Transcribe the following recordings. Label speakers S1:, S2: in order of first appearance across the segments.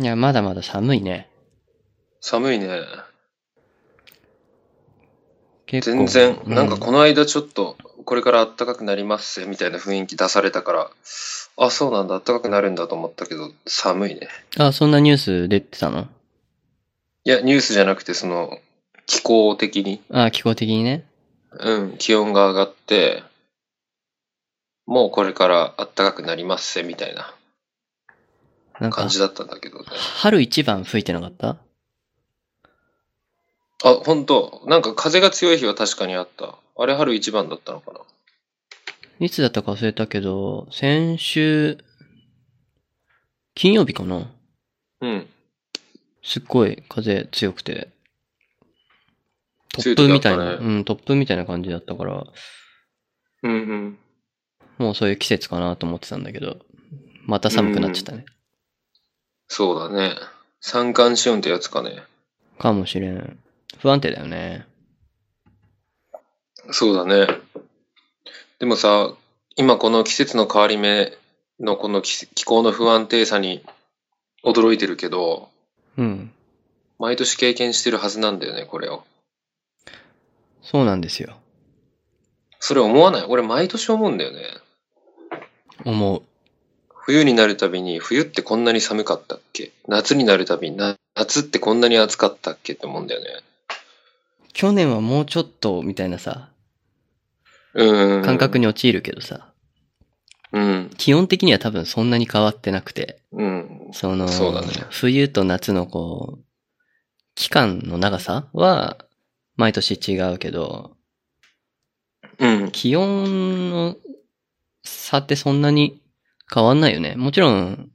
S1: いや、まだまだ寒いね。
S2: 寒いね。
S1: 結
S2: 全
S1: 構
S2: 然、
S1: う
S2: なんかこの間ちょっと、これから暖かくなりますぜみたいな雰囲気出されたから、あ、そうなんだ、暖かくなるんだと思ったけど、寒いね。
S1: あ、そんなニュース出てたの
S2: いや、ニュースじゃなくて、その、気候的に、
S1: あ、気候的にね。
S2: うん、気温が上がって、もうこれから暖かくなりますぜみたいな
S1: なん
S2: 感
S1: か、
S2: じだったんだけどね。
S1: 春一番吹いてなかった
S2: あ、本当なんか風が強い日は確かにあった。あれ春一番だったのかない
S1: つだったか忘れたけど、先週、金曜日かな
S2: うん。
S1: すっごい風強くて。
S2: 強
S1: 突
S2: い時
S1: 風
S2: あ
S1: み
S2: ったた
S1: い
S2: ね
S1: な、うん、突風みたいな感じだったから、
S2: うんうん。
S1: もうそういう季節かなと思ってたんだけど、また寒くなっちゃったね。
S2: そうだね。三寒四温ってやつかね。
S1: かもしれん。不安定だよね。
S2: そうだね。でもさ、今この季節の変わり目のこの気気候の不安定さに驚いてるけど、
S1: うん。
S2: 毎年経験してるはずなんだよね、これを。
S1: そうなんですよ。
S2: それ思わない俺毎年思うんだよね。
S1: 思う。
S2: 冬になるたびに、冬ってこんなに寒かったっけ夏になるたびに、な夏ってこんなに暑かったっけって思うんだよね。
S1: 去年はもうちょっと、みたいなさ、
S2: うん。
S1: 感覚に陥るけどさ、
S2: うん。
S1: 基本的には多分そんなに変わってなくて、
S2: うん。
S1: その、
S2: そうだね
S1: 冬と夏のこう、期間の長さは、毎年違うけど、
S2: うん。
S1: 気温の差ってそんなに変わんないよね。もちろん、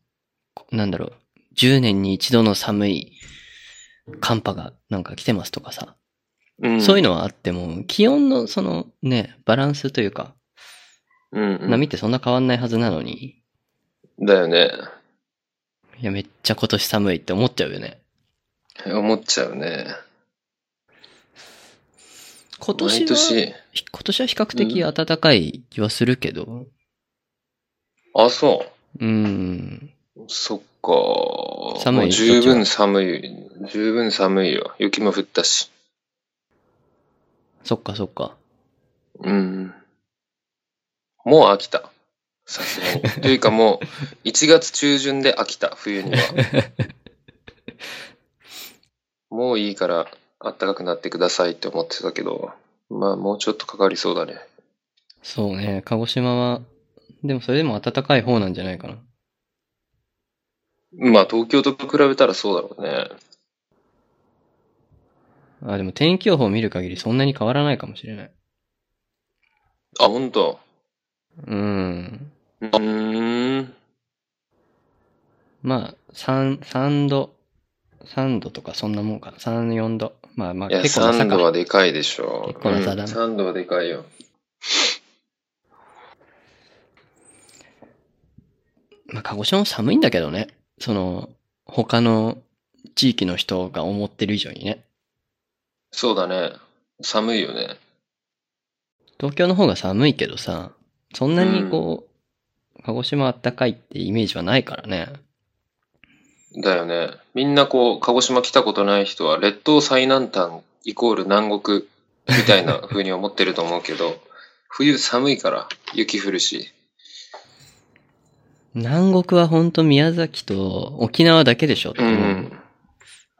S1: なんだろう、10年に一度の寒い寒波がなんか来てますとかさ、
S2: うん。
S1: そういうのはあっても、気温のそのね、バランスというか、
S2: うん、うん。
S1: 波ってそんな変わんないはずなのに、
S2: だよね。
S1: いや、めっちゃ今年寒いって思っちゃうよね。
S2: 思っちゃうね。
S1: 今年は、
S2: 毎年。
S1: ひ今年は比較的暖かい気はするけど、
S2: あ、そう。
S1: うん、
S2: そっか。
S1: 寒い
S2: もう十分寒い。十分寒いよ。雪も降ったし。
S1: そっかそっか。
S2: うん。もう飽きた。さすがに。 というかもう、1月中旬で飽きた、冬には。もういいから、暖かくなってくださいって思ってたけど、まあもうちょっとかかりそうだね。
S1: そうね、鹿児島は、でもそれでも暖かい方なんじゃないかな。
S2: まあ東京と比べたらそうだろうね。
S1: あ、でも天気予報を見る限りそんなに変わらないかもしれない。
S2: あ、ほんと。
S1: うん。
S2: うーん。
S1: まあ、三三度、三度とかそんなもんかな。三四度。まあまあ、
S2: いや、
S1: 結構な差
S2: 3
S1: か
S2: 度はでかいでしょう。
S1: 結構な差だね
S2: 3度はでかいよ。
S1: まあ、鹿児島も寒いんだけどね。その、他の地域の人が思ってる以上にね。
S2: そうだね。寒いよね。
S1: 東京の方が寒いけどさ、そんなにこう、鹿児島あったかいってイメージはないからね。
S2: だよね。みんなこう、鹿児島来たことない人は、列島最南端イコール南国みたいな風に思ってると思うけど、 冬寒いから雪降るし。
S1: 南国はほんと宮崎と沖縄だけでしょって
S2: う
S1: 思う。
S2: ん。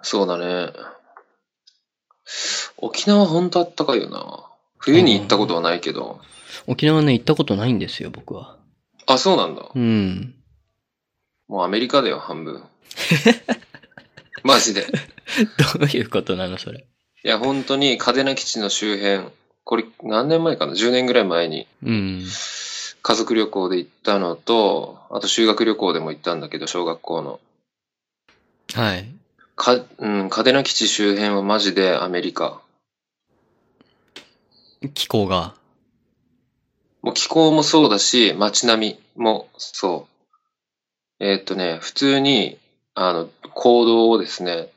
S2: そうだね。沖縄ほんとあったかいよな。冬に行ったことはないけど。
S1: 沖縄ね、行ったことないんですよ、僕は。
S2: あ、そうなんだ。
S1: うん。
S2: もうアメリカだよ、半 分。マジで。
S1: どういうことなの、それ。
S2: いや、本当に、嘉手納基地の周辺、これ何年前かな ?10 年ぐらい前に
S1: うん。
S2: 家族旅行で行ったのと、あと修学旅行でも行ったんだけど、小学校の。
S1: はい。
S2: か、うん、嘉手納基地周辺はマジでアメリカ。
S1: 気候が。
S2: もう気候もそうだし、街並みもそう。えーっとね、普通に、あの、行動をですね、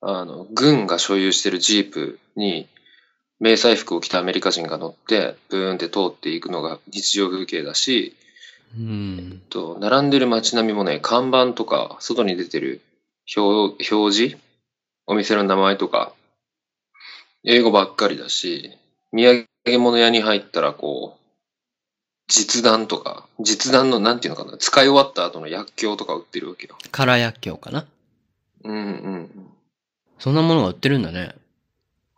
S2: あの、軍が所有してるジープに、迷彩服を着たアメリカ人が乗って、ブーンって通っていくのが日常風景だし、
S1: うん。
S2: と並んでる街並みもね看板とか外に出てる表、表示お店の名前とか、英語ばっかりだし、土産物屋に入ったらこう、実弾とか、実弾のなんていうのかな、使い終わった後の薬莢とか売ってるわけよ。
S1: 空薬莢かな
S2: うんうんうん。
S1: そんなものが売ってるんだね。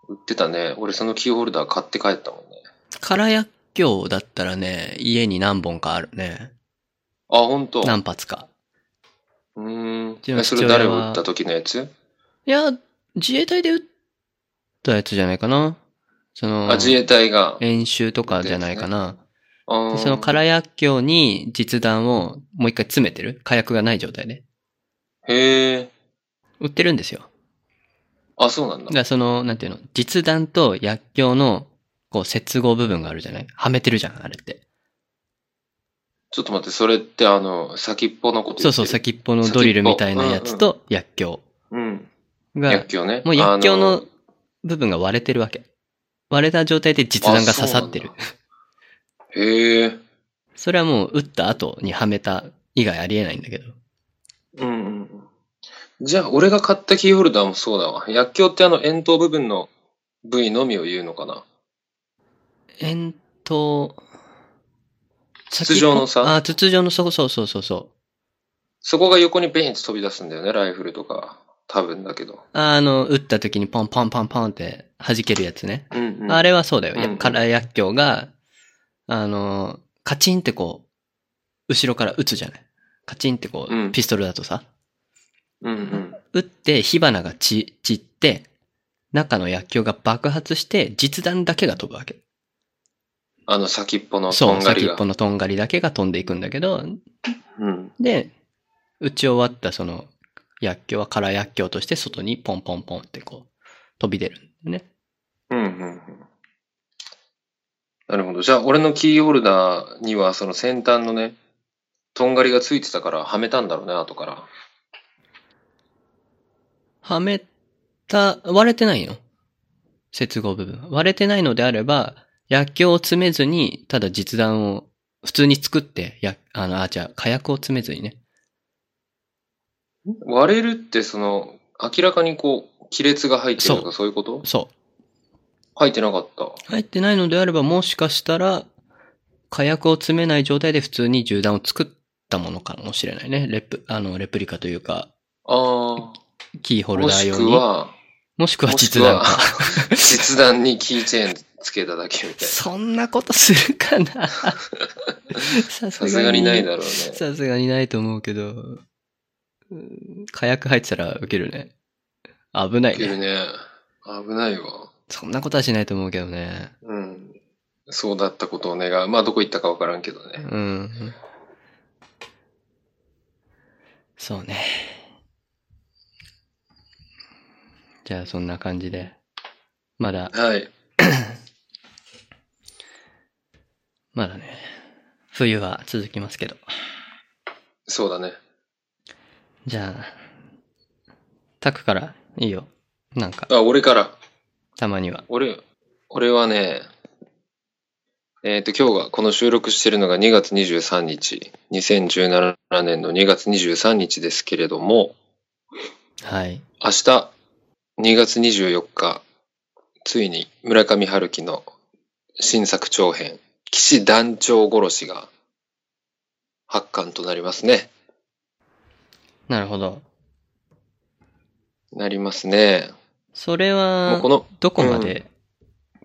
S2: 売ってたね。俺そのキーホルダー買って帰ったもんね。
S1: 空薬莢だったらね、家に何本かあるね。
S2: あ、本当。
S1: 何発か。
S2: うーん。
S1: ちの
S2: えそ
S1: 父
S2: れ
S1: 親は
S2: 誰を売った時のやつ
S1: いや、自衛隊で撃ったやつじゃないかな。その、
S2: あ、自衛隊が。
S1: 演習とかじゃないかな。
S2: あー
S1: でその空薬莢に実弾をもう一回詰めてる火薬がない状態で。
S2: へえ。
S1: 売ってるんですよ。
S2: あ、そうなん
S1: だ
S2: だ
S1: か。らその、なんていうの、実弾と薬莢の、こう、接合部分があるじゃないはめてるじゃん、あれって。
S2: ちょっと待って、それってあの、先っぽのこと
S1: そ
S2: 言って
S1: うそ
S2: る
S1: う、。先っぽのドリルみたいなやつと薬莢
S2: うん。
S1: が
S2: 薬、莢ね。
S1: もう薬莢
S2: あ
S1: の部分が割れてるわけ。割れた状態で実弾が刺さってる
S2: あ。へえ。
S1: それはもう撃った後にはめた以外ありえないんだけど。
S2: うんうんうん。じゃあ、俺が買ったキーホルダーもそうだわ。薬莢ってあの、円筒部分の部位のみを言うのかな。
S1: 円筒、
S2: 筒状のさ
S1: あ、筒状の、そうそうそうそうそう。
S2: そこが横にベンチ飛び出すんだよね、ライフルとか。多分だけど。
S1: あの、撃った時にポンポンポンポンって弾けるやつね。
S2: うん、うん。
S1: あれはそうだよ。
S2: うんうん
S1: から薬莢が、あの、カチンってこう、後ろから撃つじゃない。カチンってこう、
S2: うん
S1: ピストルだとさ、
S2: うんうん。
S1: 撃って火花が散散って、中の薬莢が爆発して、実弾だけが飛ぶわけ。
S2: あの、先っぽのと
S1: そ
S2: ん
S1: う、
S2: がり
S1: 先っ
S2: が。
S1: ぽのとんがりだけが飛んでいくんだけど、
S2: うん。
S1: で、打ち終わったその薬莢は空薬莢として外にポンポンポンってこう飛び出るんだよね。
S2: うんうんうん。なるほど。じゃあ、俺のキーホルダーには、その先端のね、とんがりがついてたから、はめたんだろうね、後から。
S1: はめた、割れてないの接合部分。割れてないのであれば、薬莢を詰めずに、ただ実弾を普通に作って、や、あの、あ、じゃあ火薬を詰めずにね。
S2: 割れるって、その、明らかにこう、亀裂が入ってると
S1: そ
S2: か、そういうこと
S1: そ
S2: 入ってなかった。
S1: う。入ってないのであれば、もしかしたら、火薬を詰めない状態で普通に銃弾を作ったものかもしれないね。レプ、あの、レプリカというか、
S2: あ
S1: キー
S2: あ。
S1: ホル
S2: も
S1: ダー
S2: し
S1: 用
S2: く
S1: に。
S2: は、
S1: もしくは
S2: もし
S1: 実
S2: く
S1: 弾
S2: は
S1: か。、
S2: 実弾にキーチェーンつけただけみたいな。
S1: そんなことするかな さ
S2: さすがにないだろうね。
S1: さすがにないと思うけど、うん火薬入ってたらウケるね。危ない
S2: いける
S1: ね。
S2: ね。危ないわ。
S1: そんなことはしないと思うけどね。
S2: うん。そうだったことを願う。まあ、どこ行ったかわからんけどね。
S1: うん。そうね。じゃあそんな感じで。まだ、
S2: はい。
S1: まだね。冬は続きますけど。
S2: そうだね。
S1: じゃあ、タクからいいよ。なんか、
S2: あ、俺から。
S1: たまには。
S2: 俺、俺はね、えっ、と、今日が、この収録してるのが2月23日、2017年の2月23日ですけれども、
S1: はい。
S2: 明日、2月24日、ついに村上春樹の新作長編、騎士団長殺しが発刊となりますね。
S1: なるほど。
S2: なりますね。
S1: それ
S2: も
S1: は
S2: うこ、の、
S1: どこまで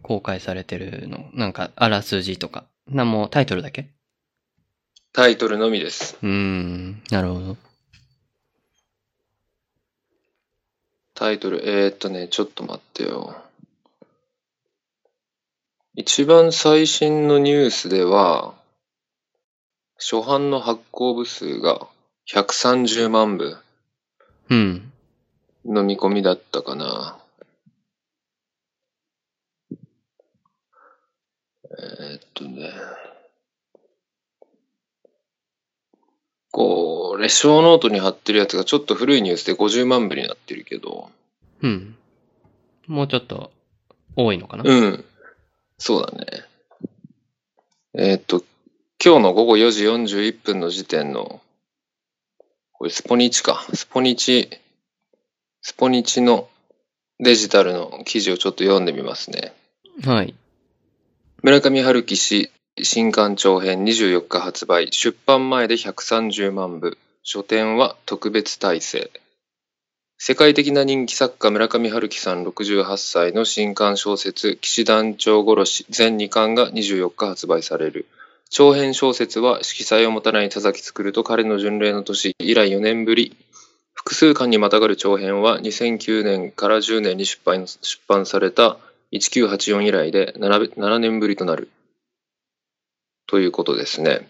S1: 公開されてるの、なんか、あらすじとか。なんもタイトルだけ
S2: タイトルのみです。
S1: うーん、なるほど。
S2: タイトル、えー、っとね、ちょっと待ってよ。一番最新のニュースでは、初版の発行部数が130万部
S1: うん。
S2: の見込みだったかな。えー、っとね。こう、列小ノートに貼ってるやつがちょっと古いニュースで50万部になってるけど、
S1: うん。もうちょっと、多いのかな、
S2: うん。そうだね。えーっと、今日の午後4時41分の時点の、これスポニチか。スポニチスポニチのデジタルの記事をちょっと読んでみますね。
S1: はい。
S2: 村上春樹氏新刊長編24日発売出版前で130万部書店は特別体制世界的な人気作家村上春樹さん68歳の新刊小説「騎士団長殺し」全2巻が24日発売される長編小説は色彩を持たない田崎作ると彼の巡礼の年以来4年ぶり複数巻にまたがる長編は2009年から10年に出版出版された1984以来で 7, 7年ぶりとなる。ということですね。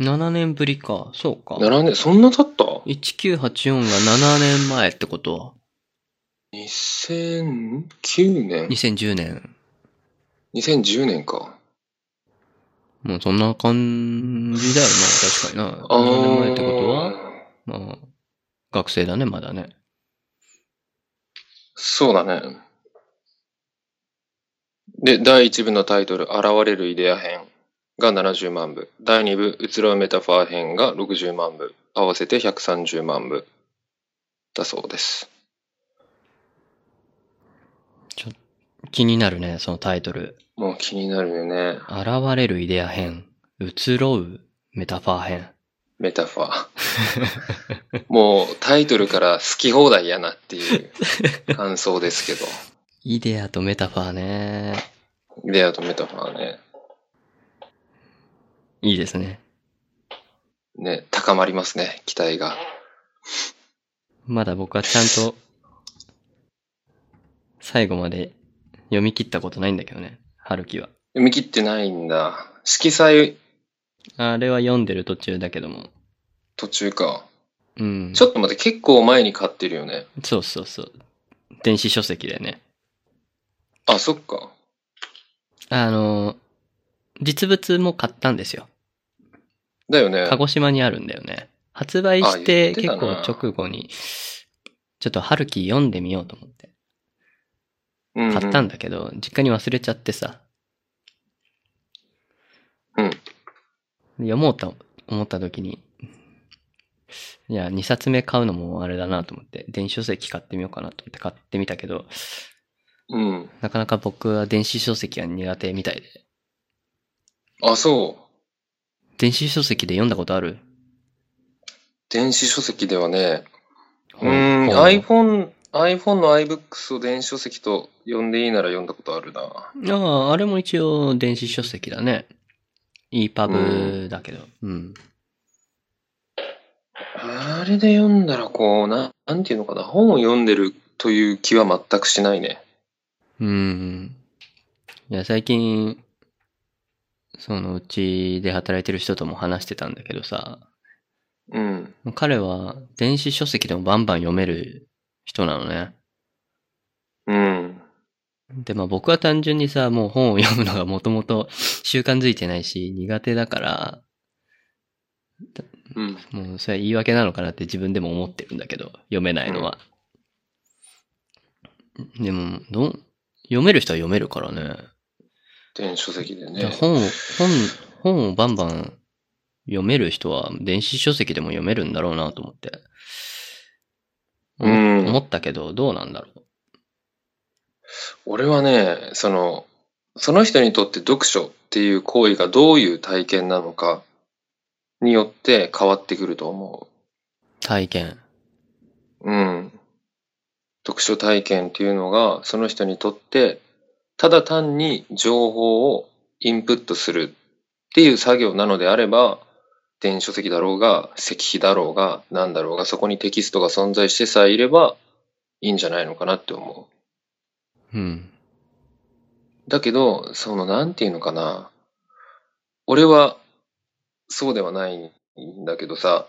S1: 7年ぶりか。そうか。
S2: 7年、そんな経った
S1: 1984が7年前ってことは、
S2: ?2009 年
S1: 2010年。
S2: ?2010 年か。
S1: もうそんな感じだよな、確かにな。7年前ってことは、まあ、学生だね、まだね。
S2: そうだね。で、第1部のタイトル、現れるイデア編が70万部。第2部、うつろうメタファー編が60万部。合わせて130万部。だそうです。
S1: 気になるね、そのタイトル。
S2: もう気になるよね。
S1: 現れるイデア編。移ろうメタファー編。
S2: メタファー。もうタイトルから好き放題やなっていう感想ですけど。
S1: イデアとメタファーね。
S2: イデアとメタファーね。
S1: いいですね。
S2: ね、高まりますね、期待が。
S1: まだ僕はちゃんと、最後まで読み切ったことないんだけどね、春樹は。
S2: 読み切ってないんだ。色彩
S1: あれは読んでる途中だけども。
S2: 途中か。
S1: うん。
S2: ちょっと待って、結構前に買ってるよね。
S1: そうそうそう。電子書籍でね。
S2: あ、そっか。
S1: あの、実物も買ったんですよ。
S2: だよね。
S1: 鹿児島にあるんだよね。発売し
S2: あ言っててた
S1: 結構
S2: な
S1: 直後に、ちょっと春樹読んでみようと思って。
S2: うん
S1: 買ったんだけど、実家に忘れちゃってさ。
S2: うん
S1: で読もうと思った時に、いや、2冊目買うのもあれだなと思って、電子書籍買ってみようかなと思って買ってみたけど、
S2: うん。
S1: なかなか僕は電子書籍は苦手みたいで。
S2: あ、そう。
S1: 電子書籍で読んだことある
S2: 電子書籍ではね、うーん、
S1: 本
S2: iPhone、iPhone の iBooks を電子書籍と呼んでいいなら読んだことあるな。
S1: ああ、あれも一応電子書籍だね。EPUB だけど。うん。
S2: あれで読んだらこう、ななんていうのかな、本を読んでるという気は全くしないね。
S1: うん。いや、最近、そのうちで働いてる人とも話してたんだけどさ、
S2: うん。
S1: 彼は電子書籍でもバンバン読める人なのね。
S2: うん。
S1: で、まあ僕は単純にさ、もう本を読むのがもともと 習慣づいてないし苦手だから、
S2: うん。
S1: もうそれは言い訳なのかなって自分でも思ってるんだけど、読めないのは。でも、どう読める人は読めるからね。
S2: 電子書籍で
S1: じゃあ
S2: ね。
S1: 本を、本、本をバンバン読める人は電子書籍でも読めるんだろうなと思って。
S2: う
S1: 思
S2: ん
S1: 思ったけど、どうなんだろ
S2: 俺はね、その、その人にとって読書っていう行為がどういう体験なのかによって変わってくると思う。
S1: う。体験。
S2: うん。読書体験っていうのが、その人にとって、ただ単に情報をインプットするっていう作業なのであれば、電子書籍だろうが、石碑だろうが、なんだろうが、そこにテキストが存在してさえいれば、いいんじゃないのかなって思
S1: うん。
S2: う。だけど、その、なんていうのかな。俺は、そうではないんだけどさ、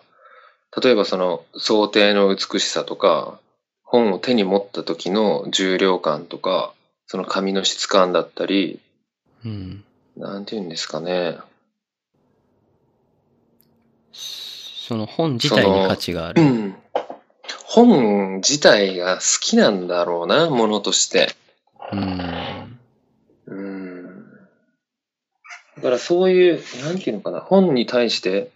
S2: 例えばその想定の美しさとか、本を手に持った時の重量感とか、その紙の質感だったり、
S1: うん。
S2: なんて言うんですかね。
S1: その本自体に価値があ
S2: う
S1: る。
S2: ん。本自体が好きなんだろうな、ものとして。
S1: うん。
S2: うん。だからそういう、なんて言うのかな、本に対して、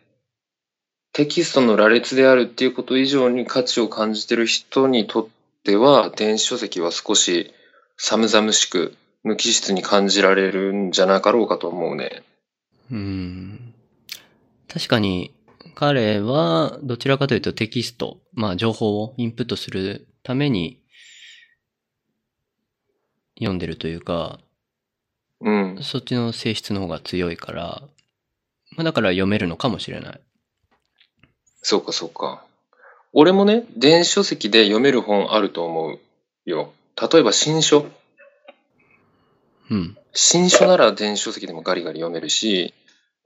S2: テキストの羅列であるっていうこと以上に価値を感じてる人にとっては、電子書籍は少し寒々しく、無機質に感じられるんじゃなかろうかと思うね。
S1: うん。確かに、彼は、どちらかというとテキスト、まあ情報をインプットするために、読んでるというか、
S2: うん。
S1: そっちの性質の方が強いから、まあだから読めるのかもしれない。
S2: そうか、そうか。俺もね、電子書籍で読める本あると思うよ。例えば新書。
S1: うん。
S2: 新書なら電子書籍でもガリガリ読めるし、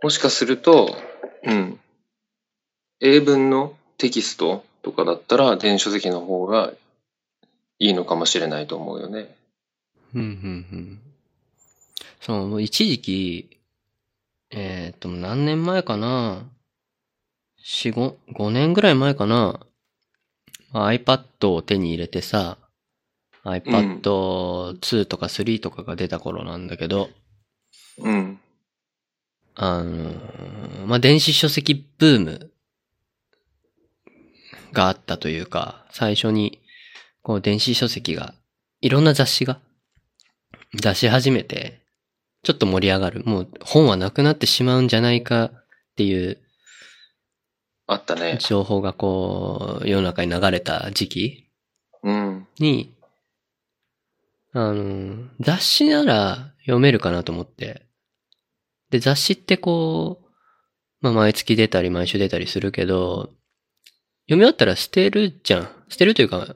S2: もしかすると、うん、英文のテキストとかだったら電子書籍の方がいいのかもしれないと思うよね。
S1: うん、うん、うん。そう、もう一時期、えっ、と、何年前かな四五、五年ぐらい前かなまあ ?iPad を手に入れてさ、iPad2 とか3とかが出た頃なんだけど、
S2: うん。
S1: あのーまあ、電子書籍ブームがあったというか、最初に、こう、電子書籍が、いろんな雑誌が出し始めて、ちょっと盛り上がる。もう本はなくなってしまうんじゃないかっていう
S2: あったね。
S1: 情報がこう、世の中に流れた時期
S2: うん。
S1: に、あの、雑誌なら読めるかなと思って。で、雑誌ってこう、まあ、毎月出たり毎週出たりするけど、読み終わったら捨てるじゃん。捨てるというか、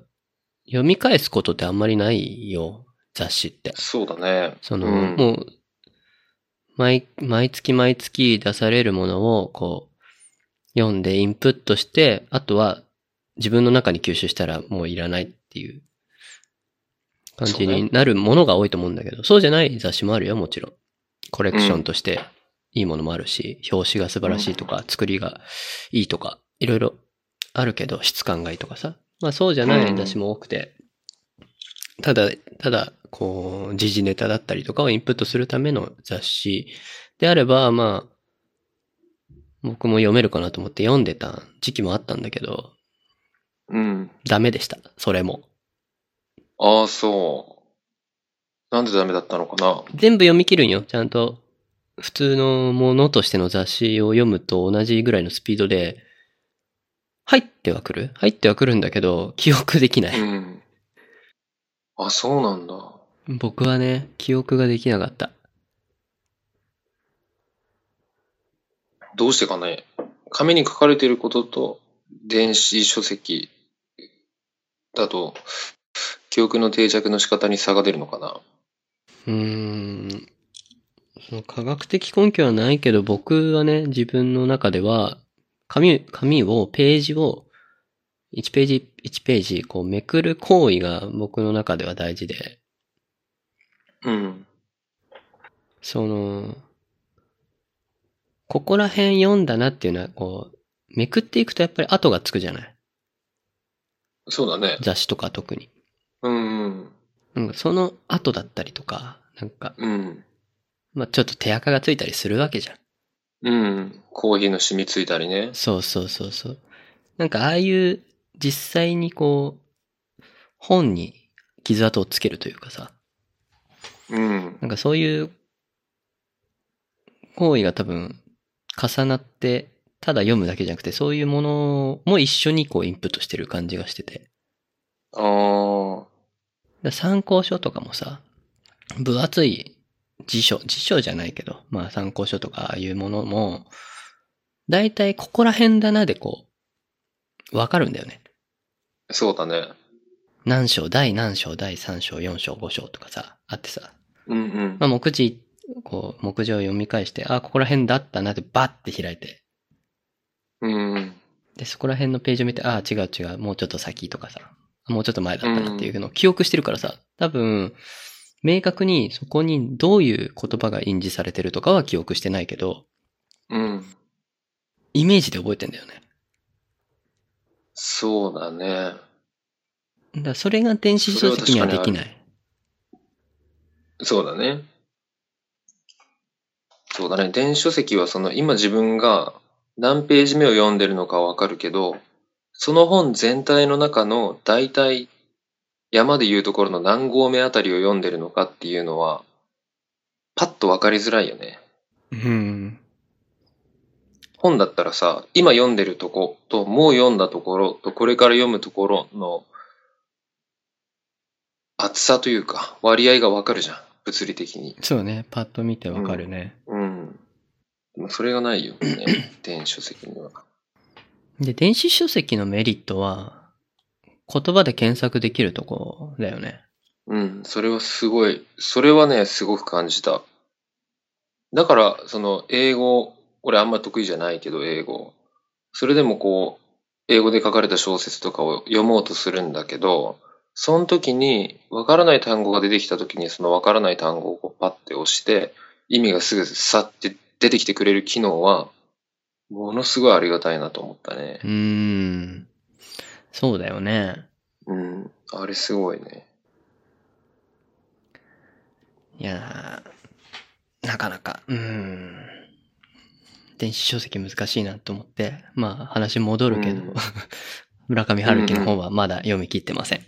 S1: 読み返すことってあんまりないよ、雑誌って。
S2: そうだね。
S1: その、
S2: うん、
S1: もう、毎、毎月毎月出されるものを、こう、読んでインプットして、あとは自分の中に吸収したらもういらないっていう感じ
S2: そうね
S1: になるものが多いと思うんだけど、そうじゃない雑誌もあるよ、もちろん。コレクションとしていいものもあるし、表紙が素晴らしいとか、作りがいいとか、いろいろあるけど、質感がいいとかさ。まあそうじゃない雑誌も多くて、ただ、ただ、こう、時事ネタだったりとかをインプットするための雑誌であれば、まあ、僕も読めるかなと思って読んでた時期もあったんだけど、
S2: うん。
S1: ダメでした。それも。
S2: ああ、そう。なんでダメだったのかな。
S1: 全部読み切るんよ。ちゃんと、普通のものとしての雑誌を読むと同じぐらいのスピードで、入ってはくる入ってはくるんだけど、記憶できない。
S2: うん。あ、そうなんだ。
S1: 僕はね、記憶ができなかった。
S2: どうしてかね、紙に書かれていることと電子書籍だと、記憶の定着の仕方に差が出るのかな。
S1: うーん。その科学的根拠はないけど、僕はね、自分の中では、紙、紙を、ページを、1ページ、1ページ、こうめくる行為が僕の中では大事で、
S2: うん。
S1: その、ここら辺読んだなっていうのは、こう、めくっていくとやっぱり後がつくじゃない
S2: そうだね。
S1: 雑誌とか特に。
S2: うん
S1: なんかその後だったりとか、なんか、
S2: うん。うん。
S1: まあちょっと手垢がついたりするわけじゃん。
S2: うん。コーヒーの染みついたりね。
S1: そうそうそうそう。なんかああいう実際にこう、本に傷跡をつけるというかさ、
S2: うん。
S1: なんかそういう行為が多分重なって、ただ読むだけじゃなくて、そういうものも一緒にこうインプットしてる感じがしてて。
S2: ああ。
S1: だ参考書とかもさ、分厚い辞書、辞書じゃないけど、まあ参考書とかああいうものも、だいたいここら辺だなでこう、わかるんだよね。
S2: そうだね。
S1: 何章、第何章、第3章、4章、5章とかさ、あってさ、
S2: うんうん
S1: ま。あ、目次、こう、目次を読み返して、あ、ここら辺だったなってバッて開いて、
S2: うんうん。
S1: で、そこら辺のページを見て、あ、違う違う、もうちょっと先とかさ、もうちょっと前だったなっていうのを記憶してるからさ、多分、明確にそこにどういう言葉が印字されてるとかは記憶してないけど、
S2: うん。
S1: イメージで覚えてんだよね。
S2: そうだね。
S1: だからそれが電子書籍にはできない。
S2: そうだね。そうだね。電子書籍はその今自分が何ページ目を読んでるのかはわかるけど、その本全体の中の大体山でいうところの何合目あたりを読んでるのかっていうのは、パッとわかりづらいよね。
S1: うん。
S2: 本だったらさ、今読んでるとこと、もう読んだところと、これから読むところの厚さというか、割合がわかるじゃん。物理的に。
S1: そうね。パッと見てわかるね。
S2: うん。でもそれがないよね。 電子書籍には。
S1: で、電子書籍のメリットは、言葉で検索できるとこだよね。
S2: うん、それはすごい、それはね、すごく感じた。だから、その、英語、俺あんま得意じゃないけど、英語。それでもこう、英語で書かれた小説とかを読もうとするんだけど、その時に、わからない単語が出てきた時に、そのわからない単語をこうパッて押して、意味がすぐさって出てきてくれる機能は、ものすごいありがたいなと思ったね
S1: う。ーん。そうだよね。
S2: うん、あれすごい ね。
S1: いやーなかなか、うーん。電子書籍難しいなと思って、まあ話戻るけど、
S2: うん
S1: 村上春樹の本はまだ読み切ってません。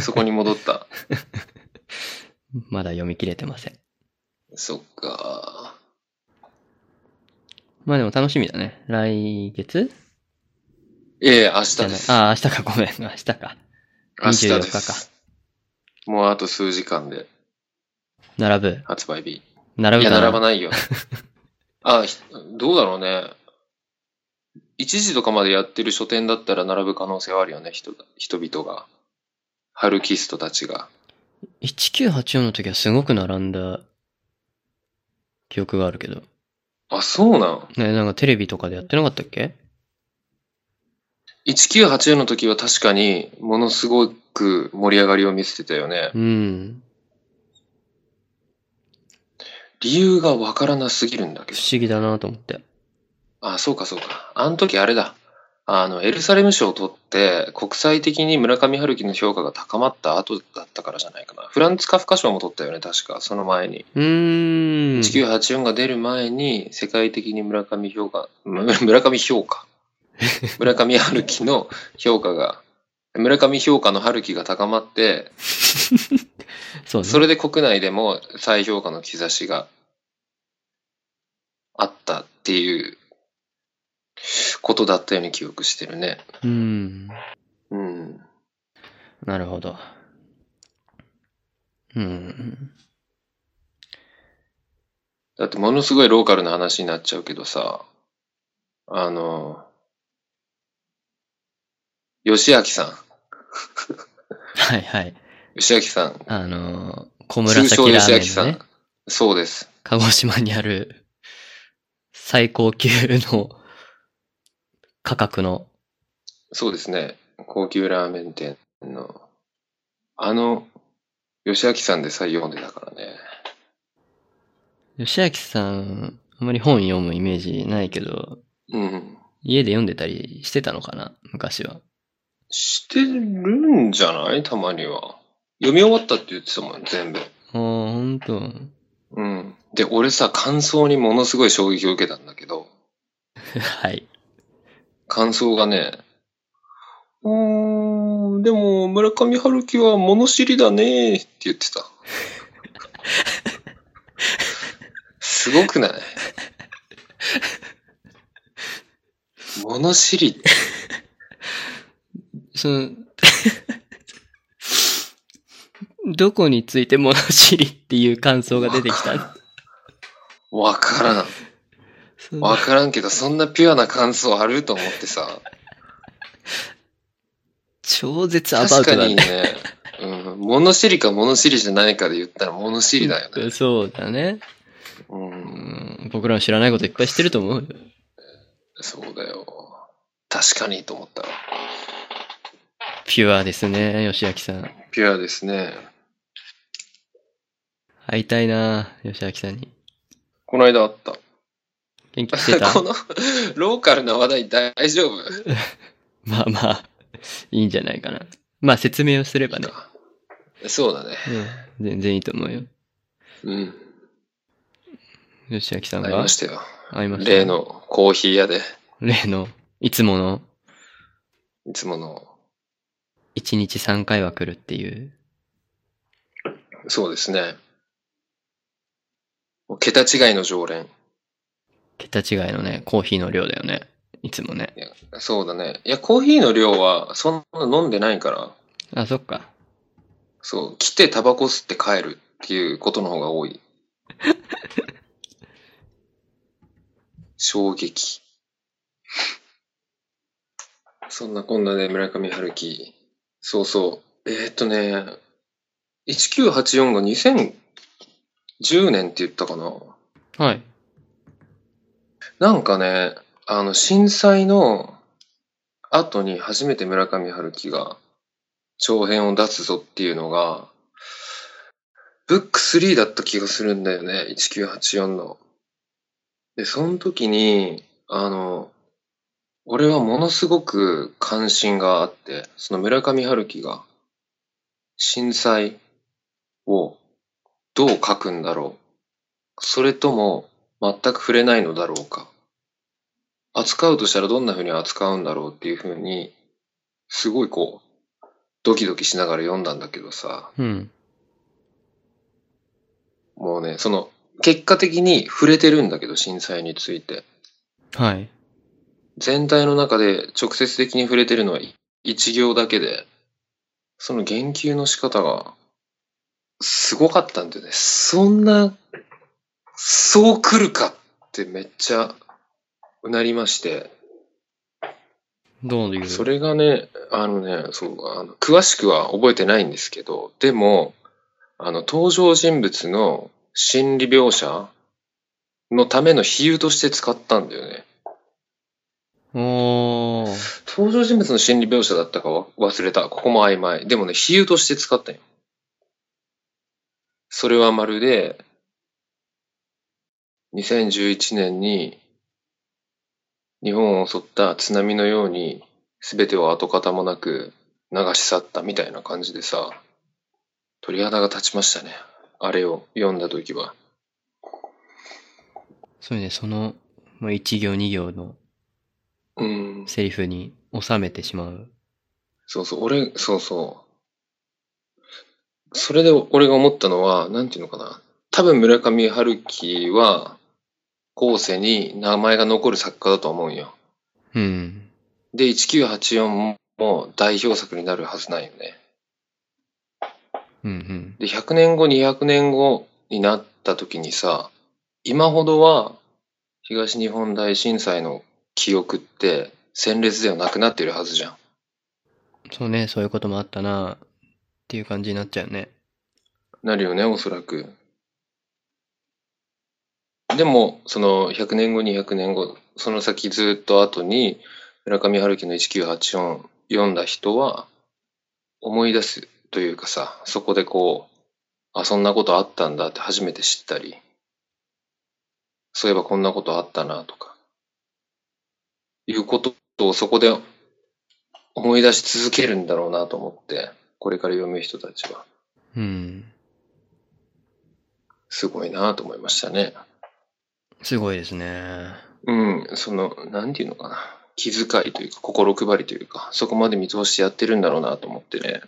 S2: そこに戻った。
S1: まだ読み切れてません。
S2: そっか。
S1: まあでも楽しみだね。来月
S2: ええ、明日
S1: じゃ
S2: で
S1: ない
S2: す。
S1: ああ、明日か、ごめん。明日か。
S2: 明日で
S1: 24日
S2: す。もうあと数時間で
S1: 並ぶ。
S2: 発売日。い
S1: 並ぶ
S2: や、
S1: かな
S2: 並ばな いよ。あ、ひどうだろうね。1時とかまでやってる書店だったら並ぶ可能性はあるよね、人人々が。ハルキストたちが。
S1: 1984の時はすごく並んだ記憶があるけど。
S2: あ、そうなん。
S1: ね、なんかテレビとかでやってなかったっけ
S2: 1984の時は確かにものすごく盛り上がりを見せてたよね。
S1: うん。
S2: 理由がわからなすぎるんだけ
S1: 不
S2: ど。
S1: 思議だなと思って。
S2: あ、そうかそうか。あの時あれだ。あの、エルサレム賞を取って、国際的に村上春樹の評価が高まった後だったからじゃないかな。フランツ・カフカ賞も取ったよね、確か。その前に。
S1: うーん。
S2: 1984が出る前に、世界的に村上評価、 む村上評価。村上春樹の評価が、村上評価の春樹が高まって、
S1: そうね。
S2: それで国内でも再評価の兆しがあったっていうことだったように記憶してるね。
S1: うん。
S2: うん。
S1: なるほど。うん。
S2: だってものすごいローカルな話になっちゃうけどさ、あの、吉明さん、
S1: はいはい。
S2: 吉明さん、
S1: あのー、小
S2: 通称
S1: 紫ラ
S2: 吉
S1: ー
S2: 明
S1: メンの
S2: さん、
S1: ね、
S2: そうです。
S1: 鹿児島にある最高級の価格の、
S2: そうですね。高級ラーメン店の、あの、吉明さんでさえ読んでたからね。
S1: 吉明さん、あんまり本読むイメージないけど、
S2: うん。
S1: 家で読んでたりしてたのかな昔は。
S2: してるんじゃないたまには。読み終わったって言ってたもん、全部。
S1: ああ、ほんと。
S2: うん。で、俺さ、感想にものすごい衝撃を受けたんだけど、
S1: はい。
S2: 感想がね、うーん、でも、村上春樹は物知りだねって言ってた。すごくない物知りって
S1: その、 どこについて物知りっていう感想が出てき た
S2: わからん。
S1: そ
S2: わからんけど、そんなピュアな感想あると思ってさ。
S1: 超絶アバウ
S2: 確
S1: ト
S2: か
S1: だ
S2: にね
S1: ね。、
S2: うん、物知りか物知りじゃないかで言ったら物知りだよ ね。
S1: そうだね、
S2: う、
S1: うんん。僕らの知らないこといっぱいしてると思うよ。
S2: そうだよ。確かにと思ったわ。
S1: ピュアですね、吉明さん。
S2: ピュアですね。
S1: 会いたいな、吉明さんに。
S2: この間あった。
S1: 元気してた
S2: このローカルな話題大丈夫
S1: まあまあ、いいんじゃないかな。まあ説明をすればね。
S2: そうだね。
S1: うん、全然いいと思うよ。
S2: うん。
S1: 吉明さん
S2: あり
S1: が
S2: ましたよ。
S1: 会いました。
S2: 例。のコーヒー屋で、
S1: 例の、いつもの
S2: いつもの、
S1: 1日3回は来るっていう。
S2: そうですね。もう桁違いの常連。
S1: 桁違いのね、コーヒーの量だよね。いつもね。
S2: そうだね。いや、コーヒーの量はそんな飲んでないから、
S1: あ、そっか。
S2: そう、来てタバコ吸って帰るっていうことの方が多い。衝撃。そんなこんなで村上春樹。そうそう。えー、っとね、1984が2010年って言ったかな。
S1: はい。
S2: なんかね、あの、震災の後に初めて村上春樹が長編を出すぞっていうのが、ブック3だった気がするんだよね、1984の。で、その時に、あの、俺はものすごく関心があって、その村上春樹が震災をどう書くんだろう。それとも、全く触れないのだろうか。扱うとしたらどんな風に扱うんだろうっていう風に、すごいこう、ドキドキしながら読んだんだけどさ、
S1: うん。
S2: もうね、その、結果的に触れてるんだけど、震災について。
S1: はい。
S2: 全体の中で直接的に触れてるのは一行だけで、その言及の仕方が、すごかったんだよね。そんな、そう来るかってめっちゃ、うなりまして。
S1: どういう。
S2: それがね、あのね、そう、あの詳しくは覚えてないんですけど、でも、あの、登場人物の心理描写のための比喩として使ったんだよね。
S1: おー。
S2: 登場人物の心理描写だったかわ忘れた。ここも曖昧。でもね、比喩として使ったんよ。それはまるで、2011年に日本を襲った津波のように全てを跡形もなく流し去ったみたいな感じでさ、鳥肌が立ちましたね。あれを読んだ時は。
S1: そうね、その、まあ、1行2行の
S2: うん。
S1: セリフに収めてしまう。
S2: そうそう、俺、そうそう。それで俺が思ったのは、なんていうのかな。多分村上春樹は、後世に名前が残る作家だと思うんよ。
S1: うん。
S2: で、1984も代表作になるはずないよね。
S1: うんうん。
S2: で、100年後、200年後になった時にさ、今ほどは東日本大震災の記憶って鮮烈ではなくなってるはずじゃん。
S1: そうね、そういうこともあったなっていう感じになっちゃうね。
S2: なるよね、おそらく。でも、その100年後、200年後、その先ずっと後に、村上春樹の1984読んだ人は、思い出すというかさ、そこでこう、あ、そんなことあったんだって初めて知ったり、そういえばこんなことあったなとか、いうことをそこで思い出し続けるんだろうなと思って、これから読む人たちは。
S1: うん。
S2: すごいなと思いましたね。
S1: すごいですね。
S2: うん、その、なんていうのかな。気遣いというか、心配りというか、そこまで見通してやってるんだろうなと思ってね、